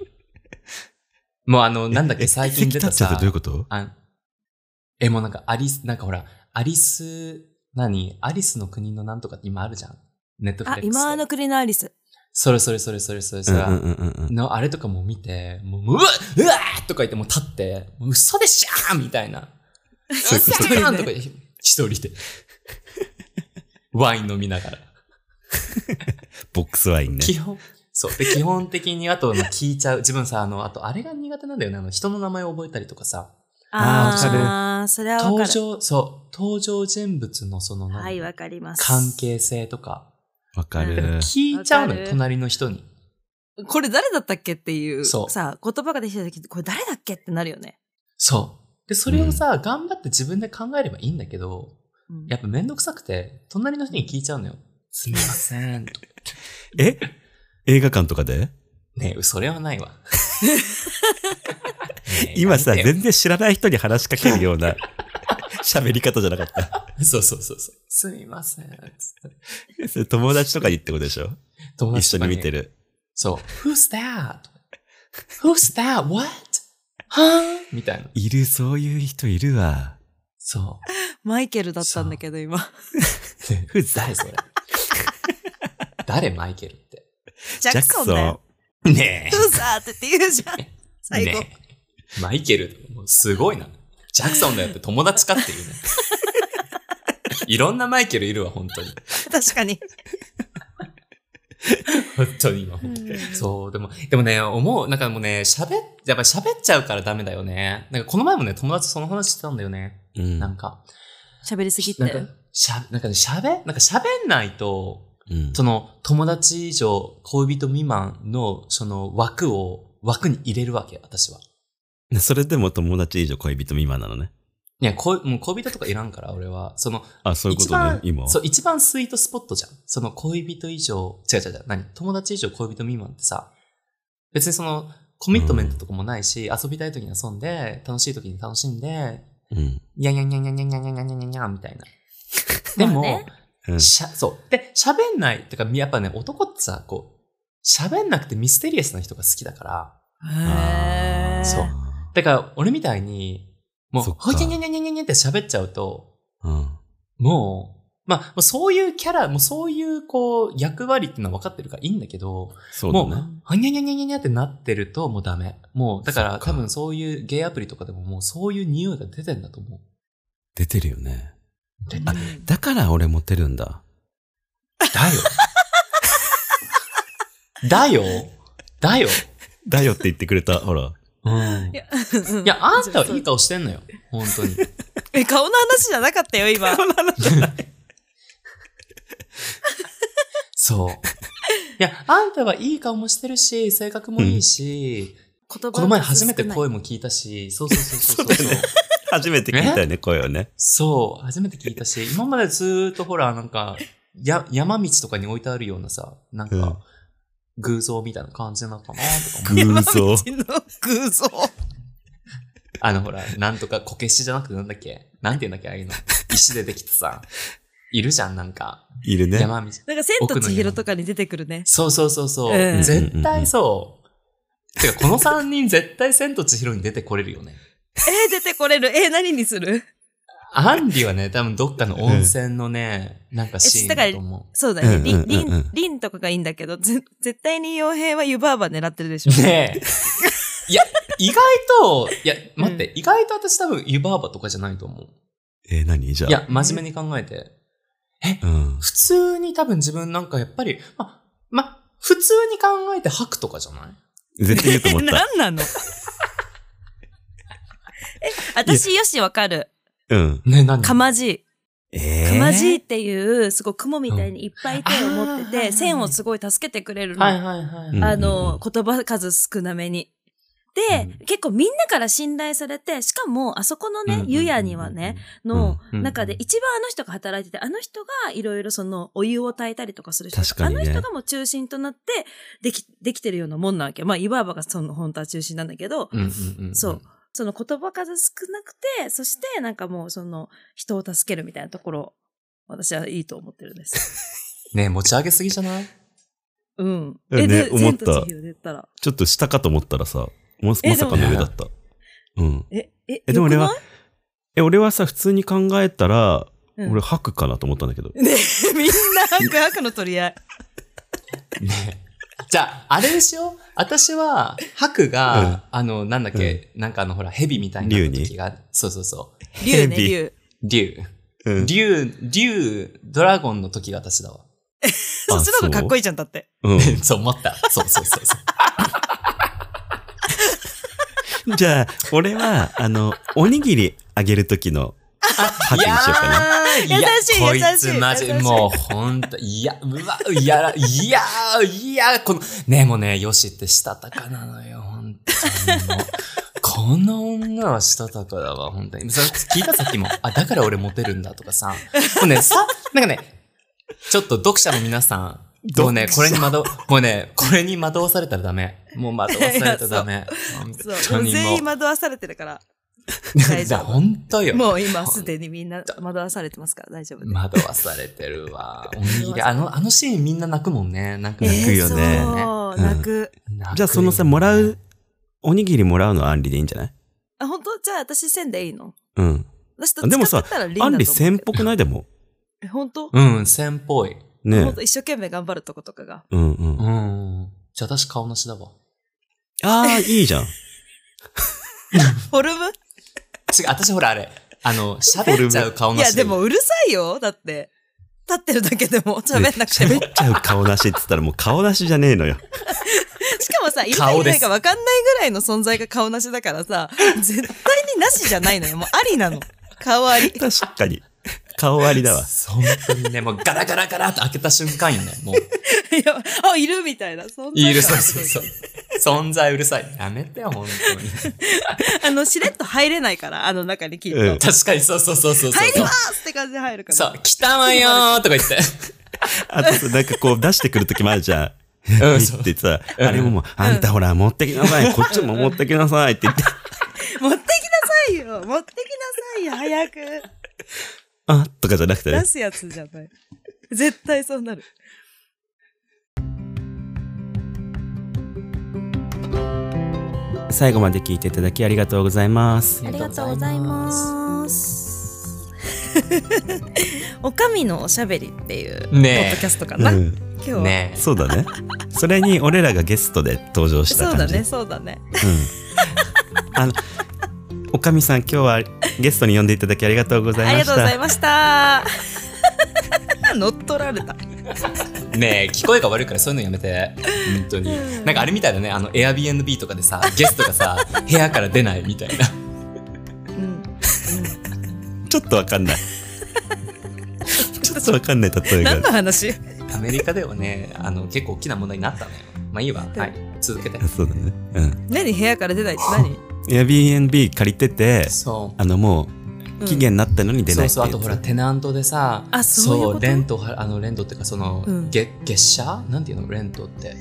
Speaker 3: もうあの、なんだっけ、最近出
Speaker 1: 席立
Speaker 3: た
Speaker 1: っちゃうって
Speaker 3: さ
Speaker 1: どうい、うこと
Speaker 3: あえ、もうなんか、アリス、なんかほら、アリス、何アリスの国のなんとかって今あるじゃん。ネットフ
Speaker 2: あ
Speaker 3: レック、スで。
Speaker 2: 今の国のアリス。
Speaker 3: それそれそれそれそれ
Speaker 1: う
Speaker 3: そ
Speaker 1: ん
Speaker 3: れ。
Speaker 1: うんうんうん
Speaker 3: のあれとかも見て、もう、うわうわーとか言って、もう立って、もう嘘でしゃーみたいな。
Speaker 1: そういうこと
Speaker 3: 嘘じゃ
Speaker 2: 一
Speaker 3: んと
Speaker 2: 人
Speaker 3: か
Speaker 2: で
Speaker 3: 言って一人で。ワイン飲みながら。
Speaker 1: ボックスワインね。
Speaker 3: 基本、そう。で、基本的に、あと、聞いちゃう。自分さ、あの、あと、あれが苦手なんだよね。あの、人の名前を覚えたりとかさ。
Speaker 1: あ
Speaker 3: ー
Speaker 2: あー、それはわ
Speaker 3: 登
Speaker 2: かる。
Speaker 3: 場、そう。登場人物のその、何
Speaker 2: はい、わかります。
Speaker 3: 関係性とか。
Speaker 1: わか
Speaker 2: う
Speaker 1: る。
Speaker 3: 聞いちゃうの
Speaker 2: わか
Speaker 3: よ、
Speaker 2: る
Speaker 3: 隣の人に。
Speaker 2: これ誰だったっけっていう、
Speaker 3: そう
Speaker 2: さ、言葉ができた時これ誰だっけってなるよね。
Speaker 3: そう。で、それをさ、頑張って自分で考えればいいんだけど、
Speaker 2: うん
Speaker 3: やっぱめんどくさくて、隣の人に聞いちゃうのよ。すみません。と
Speaker 1: え映画館とかで
Speaker 3: (laughs) ねえ、それは (laughs) ないわ。ねえ
Speaker 1: 今さ、
Speaker 3: やめて
Speaker 1: 全然知らない人に話しかけるような (laughs) 喋り方じゃなかった。
Speaker 3: よそうそうそうそう。すみません。つって
Speaker 1: それ友達とかにってことでしょ
Speaker 3: 友
Speaker 1: 一緒
Speaker 3: とか
Speaker 1: に見て。る。
Speaker 3: そう。Who's that?Who's that?What? はぁみたいな。
Speaker 1: いる、そういう人いるわ。
Speaker 3: そ
Speaker 2: (laughs) マイケルだったんだけど、今。
Speaker 3: う。ね
Speaker 1: ふざ
Speaker 3: 誰それ。誰マイケルって。
Speaker 2: ジャクソンだよ。
Speaker 3: ね
Speaker 2: うざーってって言うじゃん。最後。
Speaker 3: (laughs) ねえマイケル、もうすごいな。ジャクソンだよって友達かっていう (laughs) ね。いろんなマイケルいるわ、本当に。
Speaker 2: 確かに。
Speaker 3: (laughs) 本当に今思って、そう、でも、でもね、思う、なんかもうね、喋っ、やっぱ喋っちゃうからダメだよね。なんかこの前もね、友達とその話してたんだよね。
Speaker 1: ジャクソンうん。
Speaker 3: なんか、
Speaker 2: 喋りすぎて。
Speaker 3: なんか、しゃ、なんかね、喋、なんか喋んないと、
Speaker 1: うん
Speaker 3: その友達以上、恋人未満の、その枠を、枠に入れるわけ、私は。
Speaker 1: それでも友達以上恋人未満なのね。
Speaker 3: いや、恋、もう恋人とかいらんから、俺は。その、
Speaker 1: あ、そういうこ
Speaker 3: 一
Speaker 1: と
Speaker 3: 番
Speaker 1: ね、、今。
Speaker 3: そう、一番スイートスポットじゃん。その恋人以上、違う違う違う、何友達以上恋人未満ってさ、別にその、コミットメントとかもないし、遊びたい時に遊んで、楽しい時に楽しんで、
Speaker 1: うん。
Speaker 3: にゃにゃにゃにゃにゃにゃにゃにゃにゃにゃにゃみたいな。でも、
Speaker 4: まあね
Speaker 1: うん
Speaker 3: しゃ、そう。で、喋んない。てか、やっぱね、男ってさ、こう、喋んなくてミステリアスな人が好きだから、
Speaker 2: へー
Speaker 3: そうだから、俺みたいに、もう、
Speaker 1: そっか
Speaker 3: ほいにゃにゃにゃにゃにゃにゃって喋っちゃうと、
Speaker 1: うん。
Speaker 3: もう、まあ、もうそういうキャラ、もうそういう、こう、役割っていうのは分かってるからいいんだけど、
Speaker 1: そう
Speaker 3: もう、
Speaker 1: だね。
Speaker 3: はにゃにゃにゃにゃにゃってなってると、もうダメ。もう、だから
Speaker 1: そっか
Speaker 3: 多分そういうゲイアプリとかでももうそういう匂いが出てんだと思
Speaker 1: 出てるよね。
Speaker 3: う。出て
Speaker 1: あ、だから俺モテるんだ。
Speaker 3: (laughs) だよ。だよ。
Speaker 1: だよって言ってくれた、ほら。
Speaker 3: うん。いや、あんたはいい顔してんのよ。本当に。
Speaker 2: (laughs) え、顔の話じゃなかったよ、
Speaker 3: (laughs)
Speaker 2: 今。
Speaker 3: そう。いや、あんたはいい顔もしてるし、性格もいいし、
Speaker 2: 言
Speaker 3: この前初めて
Speaker 2: 声
Speaker 3: 声も聞いたし、そうそうそうそうそう。
Speaker 1: 初めて聞いたよね、声を
Speaker 3: (laughs)
Speaker 1: ね。
Speaker 3: そう、初めて聞いたし、今までずーっとほら、なんか、や、山道とかに置いてあるようなさ、なん
Speaker 1: うん
Speaker 3: か、偶像みたいな感じなのかなとか思う
Speaker 1: 偶像。
Speaker 2: 偶像。
Speaker 3: あのほら、なんとかこけしじゃなくてなんだっけなんて言うんだっけああいうの。石でできてさ、いるじゃん、なんか。
Speaker 1: いるね。
Speaker 3: 山道。
Speaker 2: なんか、千と千尋とかに出てくるね。
Speaker 3: そうそうそうそう。
Speaker 2: うん
Speaker 3: 絶対そう。てか、この3人絶対千と千尋に出てこれるよね。
Speaker 2: えー、出てこれる。えー、何にする
Speaker 3: アンディはね、多分どっかの温泉のね、なんかシーンだと思
Speaker 2: そうだね。り、
Speaker 1: うんうん
Speaker 2: り
Speaker 1: うんうん
Speaker 2: ん、りんとかがいいんだけど、ぜ、絶対に傭兵は湯婆婆狙ってるでしょ。
Speaker 3: う。ねえ。いや、意外と、いや、待って、意外と私多分湯婆婆とかじゃないと思う。
Speaker 1: えー、何じゃあ。
Speaker 3: いや、真面目に考えて。
Speaker 1: うん。
Speaker 3: 普通に多分自分なんかやっぱり、ま、ま、普通に考えて吐くとかじゃない
Speaker 1: 絶対言うと思っ
Speaker 3: (laughs)
Speaker 1: た。
Speaker 2: (laughs) 何なのえ、私、よしわかる。
Speaker 1: うん。
Speaker 3: ね、何
Speaker 2: かまじい。
Speaker 1: え
Speaker 2: か
Speaker 1: ー
Speaker 2: まじいっていう、すごい雲みたいにいっぱい手を持って
Speaker 3: うんあ
Speaker 2: て、
Speaker 3: ー
Speaker 2: 線をすごい助けてくれるの。
Speaker 3: はいはいはい。
Speaker 1: うん
Speaker 2: あの、言葉数少なめに。で、
Speaker 1: う
Speaker 2: 結構みんなから信頼されて、しかも、あそこのね、湯屋にはね、、の
Speaker 3: うん
Speaker 2: 中で一番あの人が働いてて、あの人がいろいろそのお湯を炊いたりとかする人だら
Speaker 1: 確かにね
Speaker 2: あの人がもう中心となって、でき、できてるようなもんなわけ。まあ、いわばがその本当は中心なんだけど、
Speaker 3: うんうんうん。
Speaker 2: そう。その言葉数少なくて、そしてなんかもうその人を助けるみたいなところ、私はいいと思ってるんです。
Speaker 3: ねえ持ち上げすぎじゃない
Speaker 2: うん。
Speaker 1: ね
Speaker 2: で、
Speaker 1: 思った
Speaker 2: 千と千尋で言ったら。
Speaker 1: ちょっと下かと思ったらさ、ままさかの上だった。うん。
Speaker 2: え、え、
Speaker 1: えでも俺は
Speaker 2: よく
Speaker 1: え、俺はさ、普通に考えたら、
Speaker 2: うん
Speaker 1: 俺吐くかなと思ったんだけど。
Speaker 2: ないねみんな白白の取り合い。
Speaker 3: ねえじゃあ、あれでしょ私は、ハクが、あの、なんだっけ、なんかあの、ほら、蛇みたいになった時が、そうそうそう。
Speaker 2: 竜ね、
Speaker 1: ヘビ
Speaker 2: 竜。
Speaker 3: 竜。
Speaker 1: うん
Speaker 3: 竜、竜、ドラゴンの時が私だわ。
Speaker 2: そっちの方がかっこ
Speaker 1: い
Speaker 2: いいじゃん、だって。
Speaker 1: う
Speaker 3: (laughs) そう思った。そうそうそうそう。
Speaker 1: (laughs) ん。じゃあ、俺は、あの、おにぎりあげる時の吐くにしようかな。
Speaker 3: いや
Speaker 2: 優しい
Speaker 3: こい
Speaker 2: 優しい
Speaker 3: つマジ、
Speaker 2: 優しい
Speaker 3: もうほんと、いや、うわ、いやら、いや、いや、この、ねえもうね、ヨシってしたたかなのよ、ほんとにもう。この女はしたたかだわ、本当に。それ聞いたさっきも。あ、だから俺モテるんだとかさ。もうね、さ、なんかね、ちょっと読者の皆さん、もうね、これに惑わ、もうね、これに惑わされたらダメ。もう惑わされたらダメ。本
Speaker 2: (laughs) そ
Speaker 3: 当
Speaker 2: う。
Speaker 3: に
Speaker 2: 全
Speaker 3: も
Speaker 2: 員惑わされてるから。
Speaker 3: う。 (laughs) じゃ本当よ。
Speaker 2: もう今すでにみんな惑わされてますから大丈夫です。
Speaker 3: 惑わされてるわ。おにぎり。あの、あのシーンみんな泣くもんね。なんか
Speaker 1: 泣くよね
Speaker 2: えーそう、泣く。
Speaker 3: 泣く
Speaker 1: じゃあ、そのさ、もらう、おにぎりもらうのはアンリでいいんじゃない
Speaker 2: あ、本当じゃあ私線でいいの
Speaker 1: うん。
Speaker 2: 私と
Speaker 1: あでもさ
Speaker 2: 使ったらリンだ
Speaker 1: ア
Speaker 2: と
Speaker 1: ン
Speaker 2: 思うけ
Speaker 1: リ
Speaker 2: ど
Speaker 1: 線っぽくないでも。
Speaker 2: え本当
Speaker 3: うん、線っぽい。
Speaker 1: ね
Speaker 2: 本当一生懸命頑張るとことかが。
Speaker 1: うんう。
Speaker 3: うんん。じゃあ私顔なしだわ。
Speaker 1: ああ、いいじゃん。 (laughs)
Speaker 2: フォルム
Speaker 3: 違う、私ほらあれ、あの、喋っちゃう顔
Speaker 2: い
Speaker 3: な
Speaker 2: や、
Speaker 3: し
Speaker 2: で
Speaker 3: でいい。
Speaker 2: もうるさいよ。だって。立ってるだけでも喋んなくても。
Speaker 1: 喋っちゃう顔なしって言ったらもう顔なしじゃねえのよ。
Speaker 2: しかもさ、いるか
Speaker 3: 顔
Speaker 2: い
Speaker 3: で
Speaker 2: な
Speaker 3: す
Speaker 2: いか分かんないぐらいの存在が顔なしだからさ、絶対になしじゃないのよ。もうありなの。顔あ
Speaker 3: (laughs)
Speaker 2: り。
Speaker 1: 確かに。顔ありだわ。
Speaker 3: そう本当にね、もうガラガラガラって開けた瞬間よね。もう、
Speaker 2: いや、あ、いるみたいな。そんな。
Speaker 3: いる、そうそうそう。存在うるさい。やめてよ、本当に。
Speaker 2: あの、しれっと入れないから、あの中にきっと。
Speaker 1: うん
Speaker 3: 確かに、そうそうそうそうそう。
Speaker 2: 入りますって感じで入るから。
Speaker 3: そう、来たわよーとか言って。
Speaker 1: あとさ、なんかこう出してくるときもあるじゃん。
Speaker 3: うん
Speaker 1: (laughs) はい
Speaker 3: そう
Speaker 1: ってさ、あれももう、あんたほら、 (laughs) 持ってきなさい、こっちも持ってきなさいって言って、
Speaker 2: 持ってきなさいよ持ってきいや、早く
Speaker 1: あ、とかじゃなくてね
Speaker 2: 出。すやつじゃない。絶対そうなる。
Speaker 1: 最後まで聞いていただきありがとうございます。
Speaker 4: ありがとうございます。
Speaker 2: (laughs) おかみのおしゃべりっていう、ポッ
Speaker 3: ね
Speaker 2: ドキャストか
Speaker 1: う
Speaker 2: な。今
Speaker 1: ん、
Speaker 2: 日
Speaker 3: え。
Speaker 2: は。
Speaker 3: ねえ。
Speaker 1: そうだね。それに俺らがゲストで登場した
Speaker 2: そう
Speaker 1: 感
Speaker 2: だ
Speaker 1: じ。
Speaker 2: ね、そうだね。
Speaker 1: うん。あの、おかみさん、今日はゲストに呼んでいただきありがとうござ
Speaker 2: あ
Speaker 1: い
Speaker 2: り
Speaker 1: ま
Speaker 2: が
Speaker 1: し
Speaker 2: とうござい
Speaker 1: た。
Speaker 2: ました。乗っ取られた。 (laughs)
Speaker 3: ねえ、聞こえが悪いからそういうのやめて。本当に。なんかあれみたいだね、あの、Airbnb とかでさ、ゲストが
Speaker 2: (laughs)
Speaker 3: さ、部屋から出ないみたいな。
Speaker 2: うん。
Speaker 1: ちょっとわ (laughs) かんない。ちょっとわかんない例え
Speaker 2: 何
Speaker 1: が。
Speaker 2: の話
Speaker 3: アメリカではね、あの、結構大きな問題になったね。まあいいわ。はい。続けて。
Speaker 1: そうだね。うん。
Speaker 2: 何部屋から出ないって何
Speaker 1: Airbnb 借りてて、
Speaker 3: そう。
Speaker 1: あの、も
Speaker 2: う
Speaker 1: うん期限になったのに出
Speaker 3: そ
Speaker 1: ないうって
Speaker 3: そう
Speaker 1: や
Speaker 3: あ
Speaker 1: つ
Speaker 3: とほらテナントでさ
Speaker 2: あそういうこと
Speaker 3: レントはあのレントっていうかその、
Speaker 2: うん
Speaker 3: 月月謝なんていうのレントってなん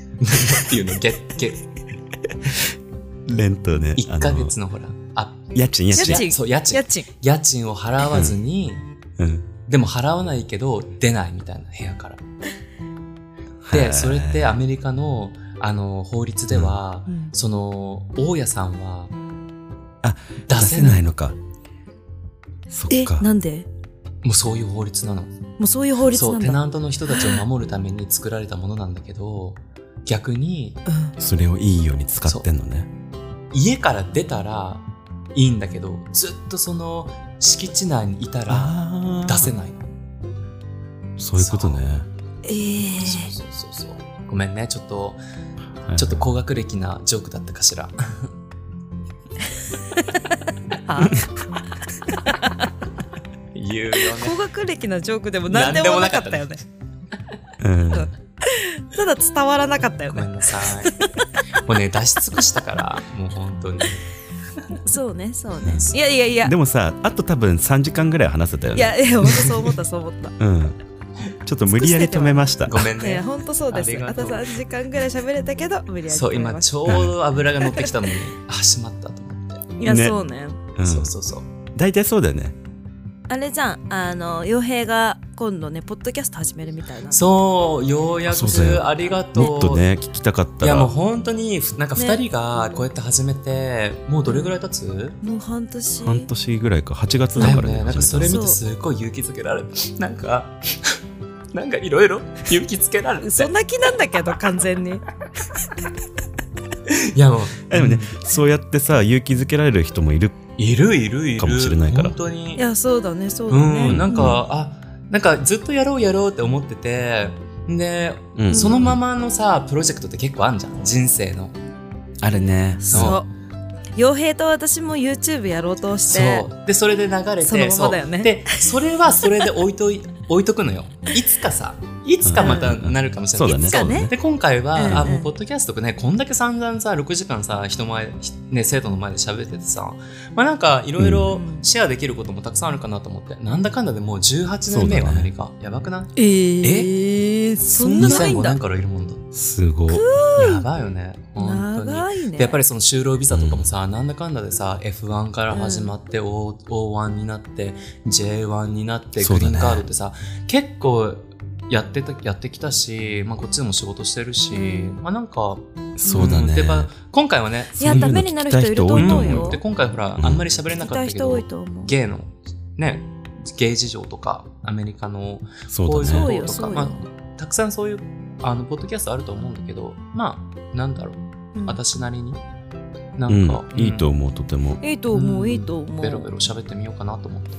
Speaker 3: ていうの月月
Speaker 1: レントね。
Speaker 3: 一ヶ月のほらあ
Speaker 1: 家賃、家
Speaker 2: 家
Speaker 1: 賃。
Speaker 2: 賃
Speaker 3: そう家賃
Speaker 2: 家賃。
Speaker 3: 家賃を払わずに、
Speaker 1: うん。
Speaker 3: でも払わないけど出ないみたいな部屋から
Speaker 1: は
Speaker 3: で
Speaker 1: い
Speaker 3: それってアメリカのあの法律では、
Speaker 2: うんうん
Speaker 3: その大家さんは
Speaker 1: あ
Speaker 3: 出
Speaker 1: 出
Speaker 3: せ
Speaker 1: せ
Speaker 3: ない
Speaker 1: ないのか。そっ
Speaker 2: え、
Speaker 1: か。
Speaker 2: なんで
Speaker 3: もうそういう法律なの
Speaker 2: もうそういう法律
Speaker 3: そ
Speaker 2: な
Speaker 3: うんテ
Speaker 2: だ。
Speaker 3: ナントの人たちを守るために作られたものなんだけど逆に
Speaker 2: うん
Speaker 1: それをいいように使ってんのね。
Speaker 3: 家から出たらいいんだけどずっとその敷地内にいたら
Speaker 1: あ
Speaker 3: 出せないの
Speaker 1: そういうことね。
Speaker 2: ええ
Speaker 3: そうそうそうそうごめんねちょっと
Speaker 1: はい
Speaker 3: ちょっと高学歴なジョークだったかしら
Speaker 2: あ
Speaker 3: 言うよ
Speaker 2: 高学歴なジョークでも何でもなかったよね。
Speaker 1: うん。
Speaker 2: ただ伝わらなかったよ
Speaker 3: (laughs) ごめ
Speaker 2: ね。
Speaker 3: んなさいもうね出し尽くしたからもう本当に
Speaker 2: そうね、そうね。いやいやいや
Speaker 1: で。もさ、あと多分3時間ぐらい話せたよ
Speaker 2: い
Speaker 1: ね。
Speaker 2: や、いや、本当そう思った、そう思った。
Speaker 1: うん。ちょっと無理やり止めました。
Speaker 3: ごめん
Speaker 2: いや、
Speaker 3: ね
Speaker 2: 本当そうです。
Speaker 3: あり
Speaker 2: あ
Speaker 3: がと
Speaker 2: と
Speaker 3: う
Speaker 2: 3時間ぐらい喋れたけど、無理やり
Speaker 3: そう
Speaker 2: 止め
Speaker 3: 今
Speaker 2: まし
Speaker 3: ちょうど油が乗ってき
Speaker 2: (laughs)
Speaker 3: たのにあしまったと思って
Speaker 2: た。いや、
Speaker 1: ね
Speaker 2: そうね。
Speaker 1: うん
Speaker 3: そうそうそう
Speaker 1: 大体そうだよね。
Speaker 2: あれじゃん、あの、洋平が今度ね、ポッドキャスト始めるみたいな。
Speaker 3: そうようや
Speaker 1: そうだ
Speaker 3: く
Speaker 1: よ
Speaker 3: ありがとう
Speaker 1: もっとね、聞きたかった
Speaker 3: いやもう
Speaker 1: ら。
Speaker 3: 本当にふなんか2人がこうやって始めて、もうどれぐらい経つ
Speaker 2: もう半年。
Speaker 1: 半年ぐらいか、8月
Speaker 3: だ
Speaker 1: だ
Speaker 3: よ
Speaker 1: からね。
Speaker 3: ねなんかそ
Speaker 1: 始め
Speaker 3: れ
Speaker 1: た
Speaker 3: 見
Speaker 1: の
Speaker 3: てすごい勇気づけられるなんか (laughs) なんかいろいろ勇気づけられて
Speaker 2: そんな気なんだけど、完全に。
Speaker 3: いやもう
Speaker 1: あでもね、そうやってさ、勇気づけられる人もいる。
Speaker 3: いるいるいる
Speaker 1: かもしれないから
Speaker 3: 本当に
Speaker 2: いや、そうだね、そうだ
Speaker 3: うん
Speaker 2: ね。
Speaker 3: なんか、あなんかずっとやろうやろうって思っててで、
Speaker 1: うん
Speaker 3: そのままのさプロジェクトって結構あんじゃん人生の
Speaker 1: あれね。
Speaker 2: そう。洋平と私も YouTube やろうとして
Speaker 3: そ。うでそれで流れて
Speaker 2: そのままだよね
Speaker 3: そうでそれはそれで置いとい (laughs) 置いとくのよいつかさいつかまたなるかもしれない、
Speaker 1: うん
Speaker 3: いつか
Speaker 1: そうだね
Speaker 3: で今回は、
Speaker 2: うんうん
Speaker 3: あもうポッドキャストねこんだけ散々さ6時間さ人前、ひね、生徒の前で喋っててさまあなんかいろいろ
Speaker 2: うん
Speaker 3: シェアできることもたくさんあるかなと思ってなんだかんだでもう18年目よ、
Speaker 1: そうだね
Speaker 3: アメリカやばくない
Speaker 2: えー、そんなないん
Speaker 3: 2005
Speaker 2: だ
Speaker 3: 年。からいるもんだ
Speaker 1: すごい。
Speaker 3: やばいよね本当に
Speaker 2: 長いね。
Speaker 3: でやっぱりその就労ビザとかもさ、なんだかんだでさ F1 から始まって、O O1 になって J1 になって
Speaker 1: そ
Speaker 3: グ
Speaker 1: うだ
Speaker 3: リー
Speaker 1: ね
Speaker 3: ンカードってさ、結構やってたやってきたし、まあ、こっちでも仕事してるし、まあなんか
Speaker 1: そうだ
Speaker 3: ん
Speaker 1: ね。
Speaker 3: でやっぱ今回はね
Speaker 2: いや、
Speaker 1: そういうの
Speaker 2: ダメになる人いる
Speaker 1: 聞
Speaker 2: と
Speaker 1: きた
Speaker 2: 思う
Speaker 1: い人多いと思
Speaker 2: よ
Speaker 1: う
Speaker 3: で。今回ほら、
Speaker 1: うん
Speaker 3: あんまり喋れな
Speaker 2: 聞き
Speaker 3: か
Speaker 2: た
Speaker 3: った
Speaker 2: い
Speaker 3: け
Speaker 2: 人多い
Speaker 3: ど
Speaker 2: と思う。
Speaker 3: ゲイのねゲイ事情とかアメリカの
Speaker 1: そうだ
Speaker 2: そう
Speaker 1: ね。
Speaker 2: よ、
Speaker 3: とか
Speaker 2: そう
Speaker 3: まあ
Speaker 2: よ。
Speaker 3: たくさんそういうあのポッドキャストあると思うんだけどまあなんだろう
Speaker 2: うん
Speaker 3: 私なりにな
Speaker 1: うん
Speaker 3: か、
Speaker 1: ん。いいと思う、とても。
Speaker 2: いいと思
Speaker 3: う
Speaker 2: う、
Speaker 3: ん
Speaker 2: いいと思う。
Speaker 3: ベロベロ喋ってみようかなと思って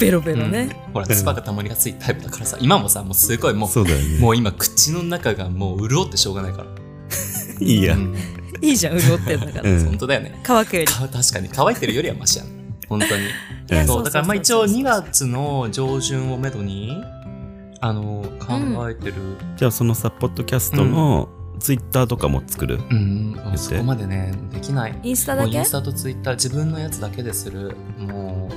Speaker 2: ベロベロね。
Speaker 3: ほら唾がたまりがついタイプだからさ今もさもうすごいもう
Speaker 1: そうだよね。
Speaker 3: もう今口の中がもう潤ってしょうがないから
Speaker 1: いいや
Speaker 3: う。ん
Speaker 2: いいじゃん、潤ってんだから
Speaker 1: う。ん
Speaker 3: 本当だよね
Speaker 2: 乾くより。
Speaker 3: か確かに乾いてるよりはマシ (laughs) やん本当に
Speaker 2: いや
Speaker 1: うん
Speaker 3: そうだからまあ一応
Speaker 2: そうそうそう
Speaker 3: 2月の上旬をめどにあの考えてる
Speaker 1: じゃあそのさ、ポッドキャストのツイッターとかも作る。
Speaker 3: うん、
Speaker 1: て
Speaker 3: そこまでねできない
Speaker 2: インスタ
Speaker 3: も
Speaker 2: だ
Speaker 3: うイ
Speaker 2: け
Speaker 3: ンスタとツイッター自分のやつだけでするもう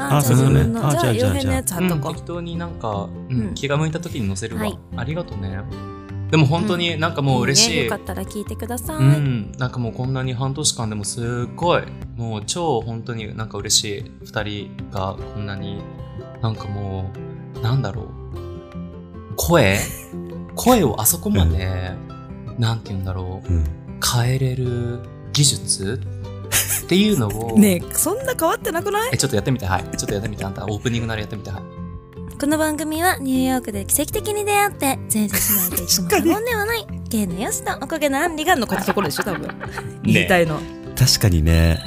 Speaker 2: あ
Speaker 1: あ
Speaker 2: じ
Speaker 1: そ
Speaker 2: ゃあ
Speaker 1: う
Speaker 2: 自
Speaker 1: だね
Speaker 2: 分の。
Speaker 1: あ
Speaker 2: じゃあ、
Speaker 1: じゃあ
Speaker 2: 洋
Speaker 1: じゃあ
Speaker 2: 平のやつ貼っと
Speaker 3: うん
Speaker 2: こ
Speaker 3: 適当になんか、う、
Speaker 2: うんん
Speaker 3: 気が向いた時に載せるわ、
Speaker 4: はい
Speaker 3: ありがとうねでも本当になんかもう嬉し
Speaker 4: ね
Speaker 3: い。
Speaker 4: よかったら聞いてください。
Speaker 3: うん、なんかもうこんなに半年間でもすっごいもう超本当になんか嬉しい2人がこんなになんかもうなんだろう声声をあそこまで、なんて言うんだろう
Speaker 1: うん。
Speaker 3: 変えれる技術っていうのを
Speaker 2: (laughs) ねえそんな変わってなくない
Speaker 3: えちょっとやってみてはいちょっとやってみてあんたオープニングならやってみてはい
Speaker 4: この番組はニューヨークで奇跡的に出会って、前世姉妹と一緒も過言ではない、芸の良しとおこげのアンリが
Speaker 2: の
Speaker 4: 残
Speaker 2: こ
Speaker 4: る
Speaker 2: とところでしょ多分
Speaker 3: え
Speaker 2: 言いたいの、
Speaker 1: 確かにね。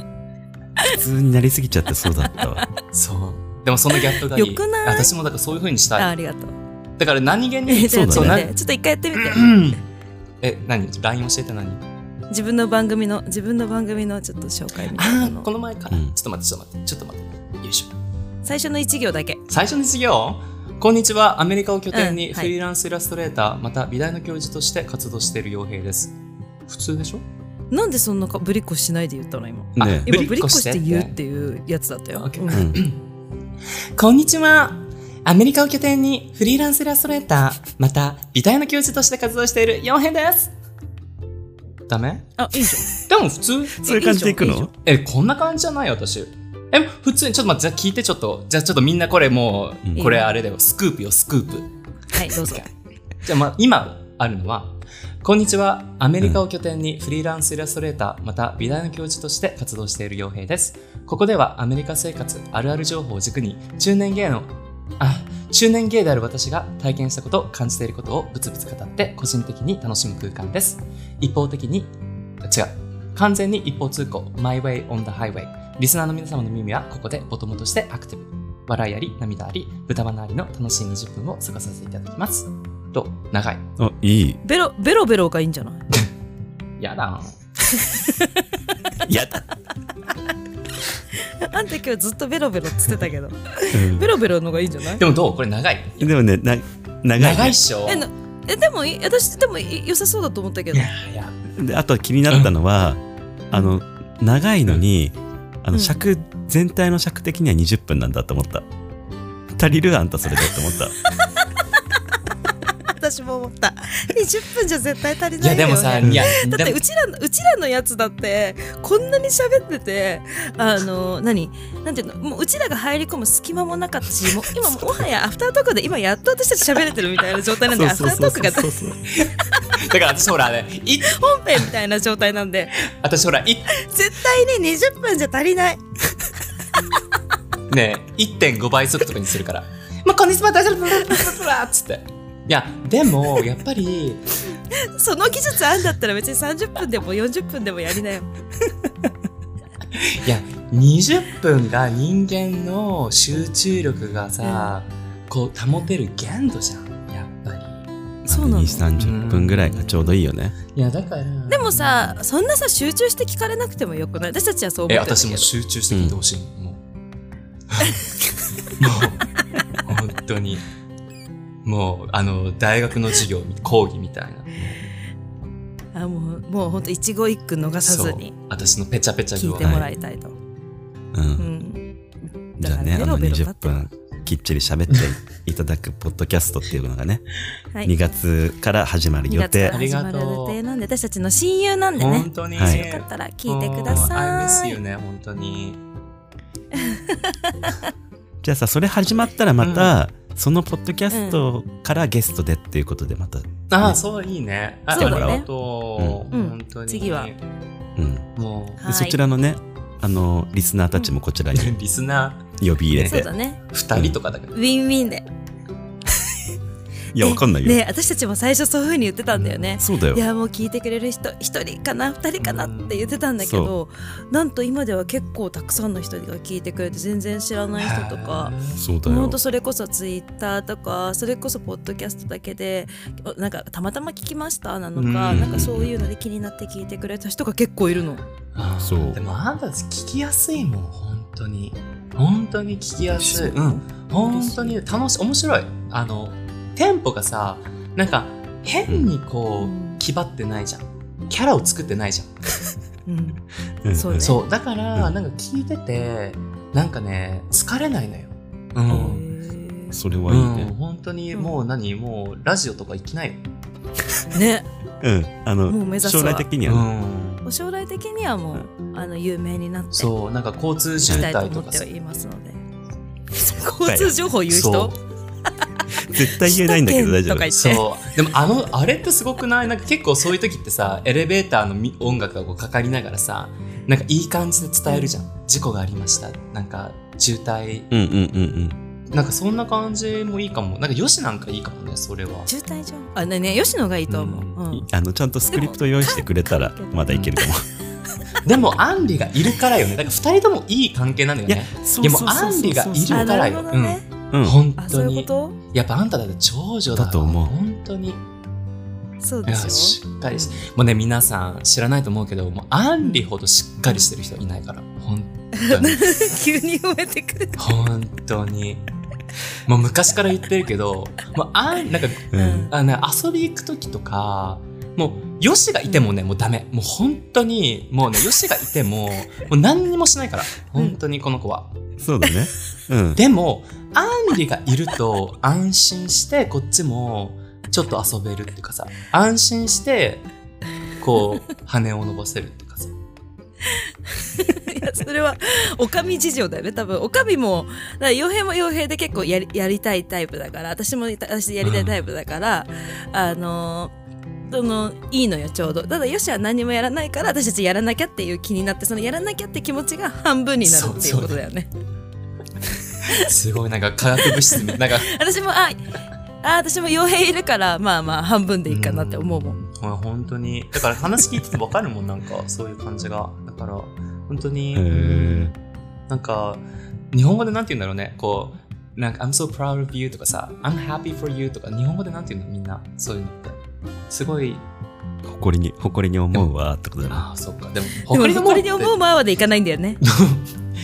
Speaker 1: 普通になりすぎちゃってそうだったわ。
Speaker 3: そうでもそのギャップがいい
Speaker 2: よくない
Speaker 3: 私もだからそういう風にし
Speaker 2: あ
Speaker 3: たい
Speaker 2: ありがとう
Speaker 3: だから何気
Speaker 2: え
Speaker 3: に
Speaker 2: じゃあち
Speaker 1: そ
Speaker 2: ょ
Speaker 1: う
Speaker 2: っと
Speaker 1: だ
Speaker 2: ね
Speaker 1: ね
Speaker 2: ちょっと一回やってみて
Speaker 3: うんえ何 LINE 教えて何
Speaker 2: 自分の番組の自分の番組のちょっと紹介みたい
Speaker 3: あ
Speaker 2: なの
Speaker 3: ーこの前から、
Speaker 1: うん
Speaker 3: ちょっと待ってちょっと待ってちょっと待ってよいしょ
Speaker 2: 最初の一行だけ
Speaker 3: 最初の授業こんにちはアメリカを拠点
Speaker 2: う
Speaker 3: に
Speaker 2: んは
Speaker 3: フ
Speaker 2: い
Speaker 3: リーランスイラストレーター、また美大の教授として活動している洋平です普通でしょ
Speaker 2: なんでそんなかぶりっこしないで言ったの今
Speaker 3: あ
Speaker 1: ね
Speaker 2: 今
Speaker 3: ぶりっこ
Speaker 2: ぶりっこし
Speaker 3: して
Speaker 2: て言うっていうやつだったよ、
Speaker 3: オッケー
Speaker 2: うん
Speaker 1: うん。
Speaker 3: こんにちはアメリカを拠点にフリーランスイラストレーターまた美大の教授として活動している洋平ですダメ
Speaker 2: あいいじゃん
Speaker 3: でも普通 (laughs)
Speaker 1: そういう感じでいく
Speaker 2: いいじゃん
Speaker 1: の
Speaker 3: えこんな感じじゃない私え普通にちょっと待ってじゃあ聞いてちょっとじゃあちょっとみんなこれも
Speaker 1: うん
Speaker 3: うこれあれだよスクープよスクープ
Speaker 2: はいどうぞ
Speaker 3: じゃあ、まあ、今あるのは、こんにちは。アメリカを拠点にフリーランスイラストレーター、また美大の教授として活動している洋平です。ここではアメリカ生活あるある情報を軸に、中年芸の、あ、中年芸である私が体験したこと、感じていることをぶつぶつ語って、個人的に楽しむ空間です。一方的に、あ違う。完全に一方通行、My Way on the Highway。リスナーの皆様の耳はここでボトムとしてアクティブ。笑いあり、涙あり、豚鼻ありの楽しい20分を過ごさせていただきます。と、長い。
Speaker 1: あ、いい。
Speaker 2: ベロベロベロがいいんじゃない (laughs)
Speaker 3: やだ。
Speaker 1: やだ。
Speaker 2: あんた今日ずっとベロベロっつってたけど
Speaker 1: うん
Speaker 2: ベロベロのがいいんじゃない
Speaker 3: でもどうこれ長い。
Speaker 1: でもね、な、長い
Speaker 3: 長いっ
Speaker 1: ね。
Speaker 3: しょ。
Speaker 2: えなえでもいい私でもい良さそうだと思ったけ
Speaker 3: い
Speaker 2: ど
Speaker 3: やいや。
Speaker 1: であと気になったのは、あの、長いのに、あ
Speaker 2: う
Speaker 1: の、
Speaker 2: ん
Speaker 1: 尺、全体の尺的には20分なんだと思った。足りるあんたそれだと思った。
Speaker 2: 私も思った20分じゃ絶対足り
Speaker 3: いやでもさ、いや、
Speaker 2: だっ
Speaker 3: で
Speaker 2: て
Speaker 3: も
Speaker 2: うちらのうちらのやつだってこんなに喋っててあの何なんていうのもううちらが入り込む隙間もなかったしもう今もはやアフタートークで今やっと私たち喋れてるみたいな状 (laughs) 態なんでアフタートークが
Speaker 1: そうそうそうそう
Speaker 3: だから私ほらね、い
Speaker 2: 本編みたいな状態なんで
Speaker 3: 私ほら、い
Speaker 2: 絶対に20分じゃ足りない
Speaker 3: ね1.5倍速とかにするから。まあ、こんにちは、大丈夫ブラブラブラブラっつって。いや、でも、やっぱり、
Speaker 2: その技術あんだったら別に30分でも40分でもやりなよ
Speaker 3: いや、20分が人間の集中力がさ、こう、保てる限度じゃん、やっぱり。
Speaker 2: そうなの
Speaker 1: 20、30分ぐらいがちょうどいいよね。
Speaker 3: いや、だから。
Speaker 2: でもさそんなさ集中して聞かれなくてもよくない私たちはそう思
Speaker 3: え、
Speaker 2: ってるんだ
Speaker 3: 私
Speaker 2: け
Speaker 3: も
Speaker 2: ど
Speaker 3: 集中して聞いてほしい、もう。 (laughs) もう、本当に。もう、あの、大学の授業、講義みたいな。
Speaker 2: あもうもうほんと一期一句逃さずに
Speaker 3: そう私のペチャペチャ
Speaker 2: 聞
Speaker 3: 具
Speaker 2: い
Speaker 3: 合
Speaker 2: てもらいたいと、
Speaker 1: うん。
Speaker 2: うん
Speaker 1: じゃあね、あ
Speaker 2: だから
Speaker 1: の
Speaker 2: ベロベロ
Speaker 1: 20分きっちり喋っていただくポッドキャストっていうのがね、
Speaker 2: はい
Speaker 1: 2月から始まる予定
Speaker 3: あ。
Speaker 2: 2
Speaker 3: り
Speaker 2: 月から始
Speaker 3: がと
Speaker 2: ま
Speaker 3: う
Speaker 2: る予定なんで私たちの親友なんでね
Speaker 3: 本当に、
Speaker 1: はい
Speaker 4: よかったら聞いてくだ
Speaker 3: アイ
Speaker 4: さ
Speaker 3: ス
Speaker 4: い
Speaker 3: よ。ね、本当に。
Speaker 1: じゃあさ、それ始まったらまた、そのポッドキャストからゲストでっていうことでまた、
Speaker 3: あ
Speaker 1: ね
Speaker 3: あ、そう、いいね。あ
Speaker 2: そうだね
Speaker 3: ありがとう
Speaker 2: うん
Speaker 3: 本当に。
Speaker 2: 次は
Speaker 1: うん。
Speaker 3: もう、
Speaker 1: でそちらのね、あの、リスナーたちもこちらに
Speaker 3: リスナ
Speaker 1: 呼び入れ
Speaker 2: そう
Speaker 1: て
Speaker 2: だ。ね
Speaker 3: ー2人とかだけど。
Speaker 2: ウィンウィンで
Speaker 1: いや、わかんないよ。
Speaker 2: ねえ私たちも最初そういうふうに言ってたんだよね、
Speaker 1: そうだよ
Speaker 2: い。やもう聞いてくれる人一人かな二人かなって言ってたんだけど、なんと今では結構たくさんの人が聞いてくれて全然知らない人とか
Speaker 3: へ。ー
Speaker 1: そうだ
Speaker 2: ほ
Speaker 1: よ
Speaker 2: んと。それこそツイッターとかそれこそポッドキャストだけでおなんかたまたま聞きましたなのか、
Speaker 3: うん
Speaker 2: なんかそういうので気になって聞いてくれた人が結構いるの
Speaker 3: あー
Speaker 1: そう
Speaker 3: でもあんた聞きやすいもん本当に本当に聞きやすい
Speaker 1: 嬉しい
Speaker 3: うん本当に楽しい面白いあのテンポがさなんか変にこう、
Speaker 2: うん
Speaker 3: 気張ってないじゃんキャラを作ってないじゃん、
Speaker 2: うん
Speaker 1: ん
Speaker 2: そうね
Speaker 3: そうだから、
Speaker 1: うん
Speaker 3: なんか聞いててなんかね疲れないのよう
Speaker 2: へ
Speaker 3: ん、
Speaker 2: ー
Speaker 1: それはいい
Speaker 3: うん
Speaker 1: ね。
Speaker 3: 本当に
Speaker 2: うん
Speaker 3: もう何、もうラジオとか行きないよ
Speaker 2: ね
Speaker 1: うん。あ
Speaker 2: もう
Speaker 1: の、
Speaker 2: 目指す
Speaker 1: 将
Speaker 2: わ
Speaker 1: 来的に
Speaker 3: う
Speaker 1: はね、
Speaker 3: ん。
Speaker 2: お将来的にはもう、あの有名になってい
Speaker 3: そう、なんか交通
Speaker 2: き
Speaker 3: 渋
Speaker 2: たいと
Speaker 3: 滞
Speaker 2: 思
Speaker 3: と
Speaker 2: っ
Speaker 3: か
Speaker 2: て
Speaker 3: さ
Speaker 2: はいますので (laughs) 交通情報言う
Speaker 3: そ
Speaker 2: 人
Speaker 3: う
Speaker 1: 絶対言えないんだけど大
Speaker 2: 首
Speaker 1: 丈夫。
Speaker 2: 都圏とか言って
Speaker 3: そう (laughs) でもあのあれってすごくないなんか結構そういう時ってさエレベーターのみ音楽がこうかかりながらさなんかいい感じで伝えるじゃん事故がありましたなんか渋滞
Speaker 1: うんうんうん
Speaker 3: なんかそんな感じもいいかもなんかよしなんかいいかもねそれは
Speaker 2: 渋滞じゃんあねね吉野がいいと思う、
Speaker 1: う
Speaker 2: うん
Speaker 1: ん。あの、ちゃんとスクリプト用意してくれたら
Speaker 2: でも、
Speaker 1: まだいけるかも。
Speaker 3: でもアンリがいるからよねだから2人ともいい関係なんだよ
Speaker 1: いや
Speaker 3: ね、
Speaker 1: そう
Speaker 3: で
Speaker 1: そう
Speaker 3: も
Speaker 1: そう
Speaker 3: アンリがい
Speaker 1: そう
Speaker 3: るから
Speaker 2: あ
Speaker 3: よ、
Speaker 2: なるほどね
Speaker 1: う
Speaker 3: うんん。本
Speaker 2: あ
Speaker 3: 当
Speaker 2: そういう
Speaker 3: に
Speaker 2: こ
Speaker 3: やっぱあんただって長女だわ
Speaker 1: だと思う
Speaker 3: 本当に
Speaker 2: とそう
Speaker 3: い
Speaker 2: で
Speaker 3: や
Speaker 2: す
Speaker 3: し
Speaker 2: よ
Speaker 3: っかりしもうね皆さん知らないと思うけどもうアンリほどしっかりしてる人いないから本当
Speaker 2: (laughs)
Speaker 3: に
Speaker 2: (laughs) 急に褒めてくれた
Speaker 3: 本当にもう昔から言ってるけどもうアンなんか
Speaker 1: うん。
Speaker 3: あの遊び行く時とかもうよしがいてもねもうダメもう本当にもうねよしがいてももう何にもしないから本当にこの子は。
Speaker 1: そうだね。うん。
Speaker 3: でもアンリがいると安心してこっちもちょっと遊べるっていうかさ安心してこう羽を伸ばせるっていうかさ
Speaker 2: いやそれはおかみ事情だよね多分おかみもだから傭兵も傭兵で結構やりやりたいタイプだから私も私やりたいタイプだから、あのそのいいのよちょうどただよしは何もやらないから私たちやらなきゃっていう気になってそのやらなきゃって気持ちが半分になるっていうことだよね
Speaker 3: すごいなんか化学物質みたいななんか
Speaker 2: 私もああ私も傭兵いるからまあまあ半分でいいかなって思うもん、
Speaker 3: んほら本当にだから話聞いててわかるもんなんかそういう感じがだから本当に、
Speaker 1: へー
Speaker 3: なんか日本語でなんて言うんだろうねこうなんか「I'm so proud of you」とかさ「I'm happy for you」とか日本語でなんて言うのみんなそういうのってすごい
Speaker 1: 誇りに、誇りに思うわってことだね。
Speaker 3: ああそっかでも
Speaker 2: でも
Speaker 3: に
Speaker 2: 誇りに思うままでいかないんだよね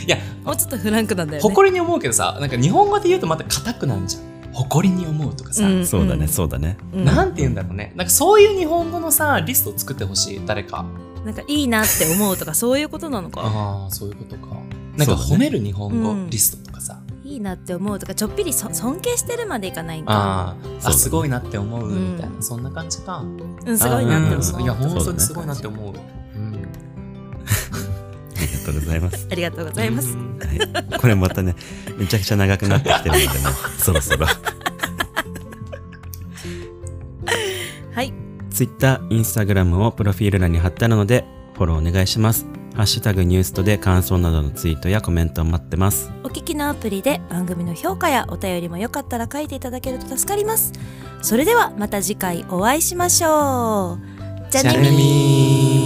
Speaker 3: いや
Speaker 2: もうちょっとフランクなんだよね
Speaker 3: 誇りに思うけどさなんか日本語で言うとまた硬くなるじゃん誇りに思うとかさ、
Speaker 2: うん
Speaker 1: そうだね、そうだね。
Speaker 2: うん
Speaker 3: なんて言うんだろうねなんかそういう日本語のさリストを作ってほしい誰か
Speaker 2: なんかいいなって思うとかそういうことなのか
Speaker 3: ああそういうことかなんか
Speaker 1: そうだね
Speaker 3: 褒める日本語、
Speaker 2: うん
Speaker 3: リストとかさ
Speaker 4: いいなって思うとかちょっぴりそ尊敬してるまでいかないんだ
Speaker 3: あー、
Speaker 1: そうだ
Speaker 3: あ
Speaker 1: ね
Speaker 3: すごいなって思うみたいな、
Speaker 2: うん
Speaker 3: そんな感じか
Speaker 2: うんすごいなって
Speaker 1: うん
Speaker 2: 思う
Speaker 3: いや本
Speaker 1: そ
Speaker 3: 当
Speaker 1: うだ
Speaker 3: に
Speaker 1: ね
Speaker 3: すごいなって思ううん
Speaker 1: ありがとうございます。
Speaker 2: ありがとうございます。
Speaker 3: うん
Speaker 1: これまたね、めちゃくちゃ長くなってきてる
Speaker 2: (laughs)
Speaker 1: ので、もうそろそろ。
Speaker 2: はい。
Speaker 1: Twitter、Instagram をプロフィール欄に貼ってあるので、フォローお願いします。ハッシュタグニュースとで感想などのツイートやコメントを待ってます。
Speaker 4: お聞きのアプリで番組の評価やお便りもよかったら書いていただけると助かりますそれではまた次回お会いしましょうじゃあねみー
Speaker 3: みー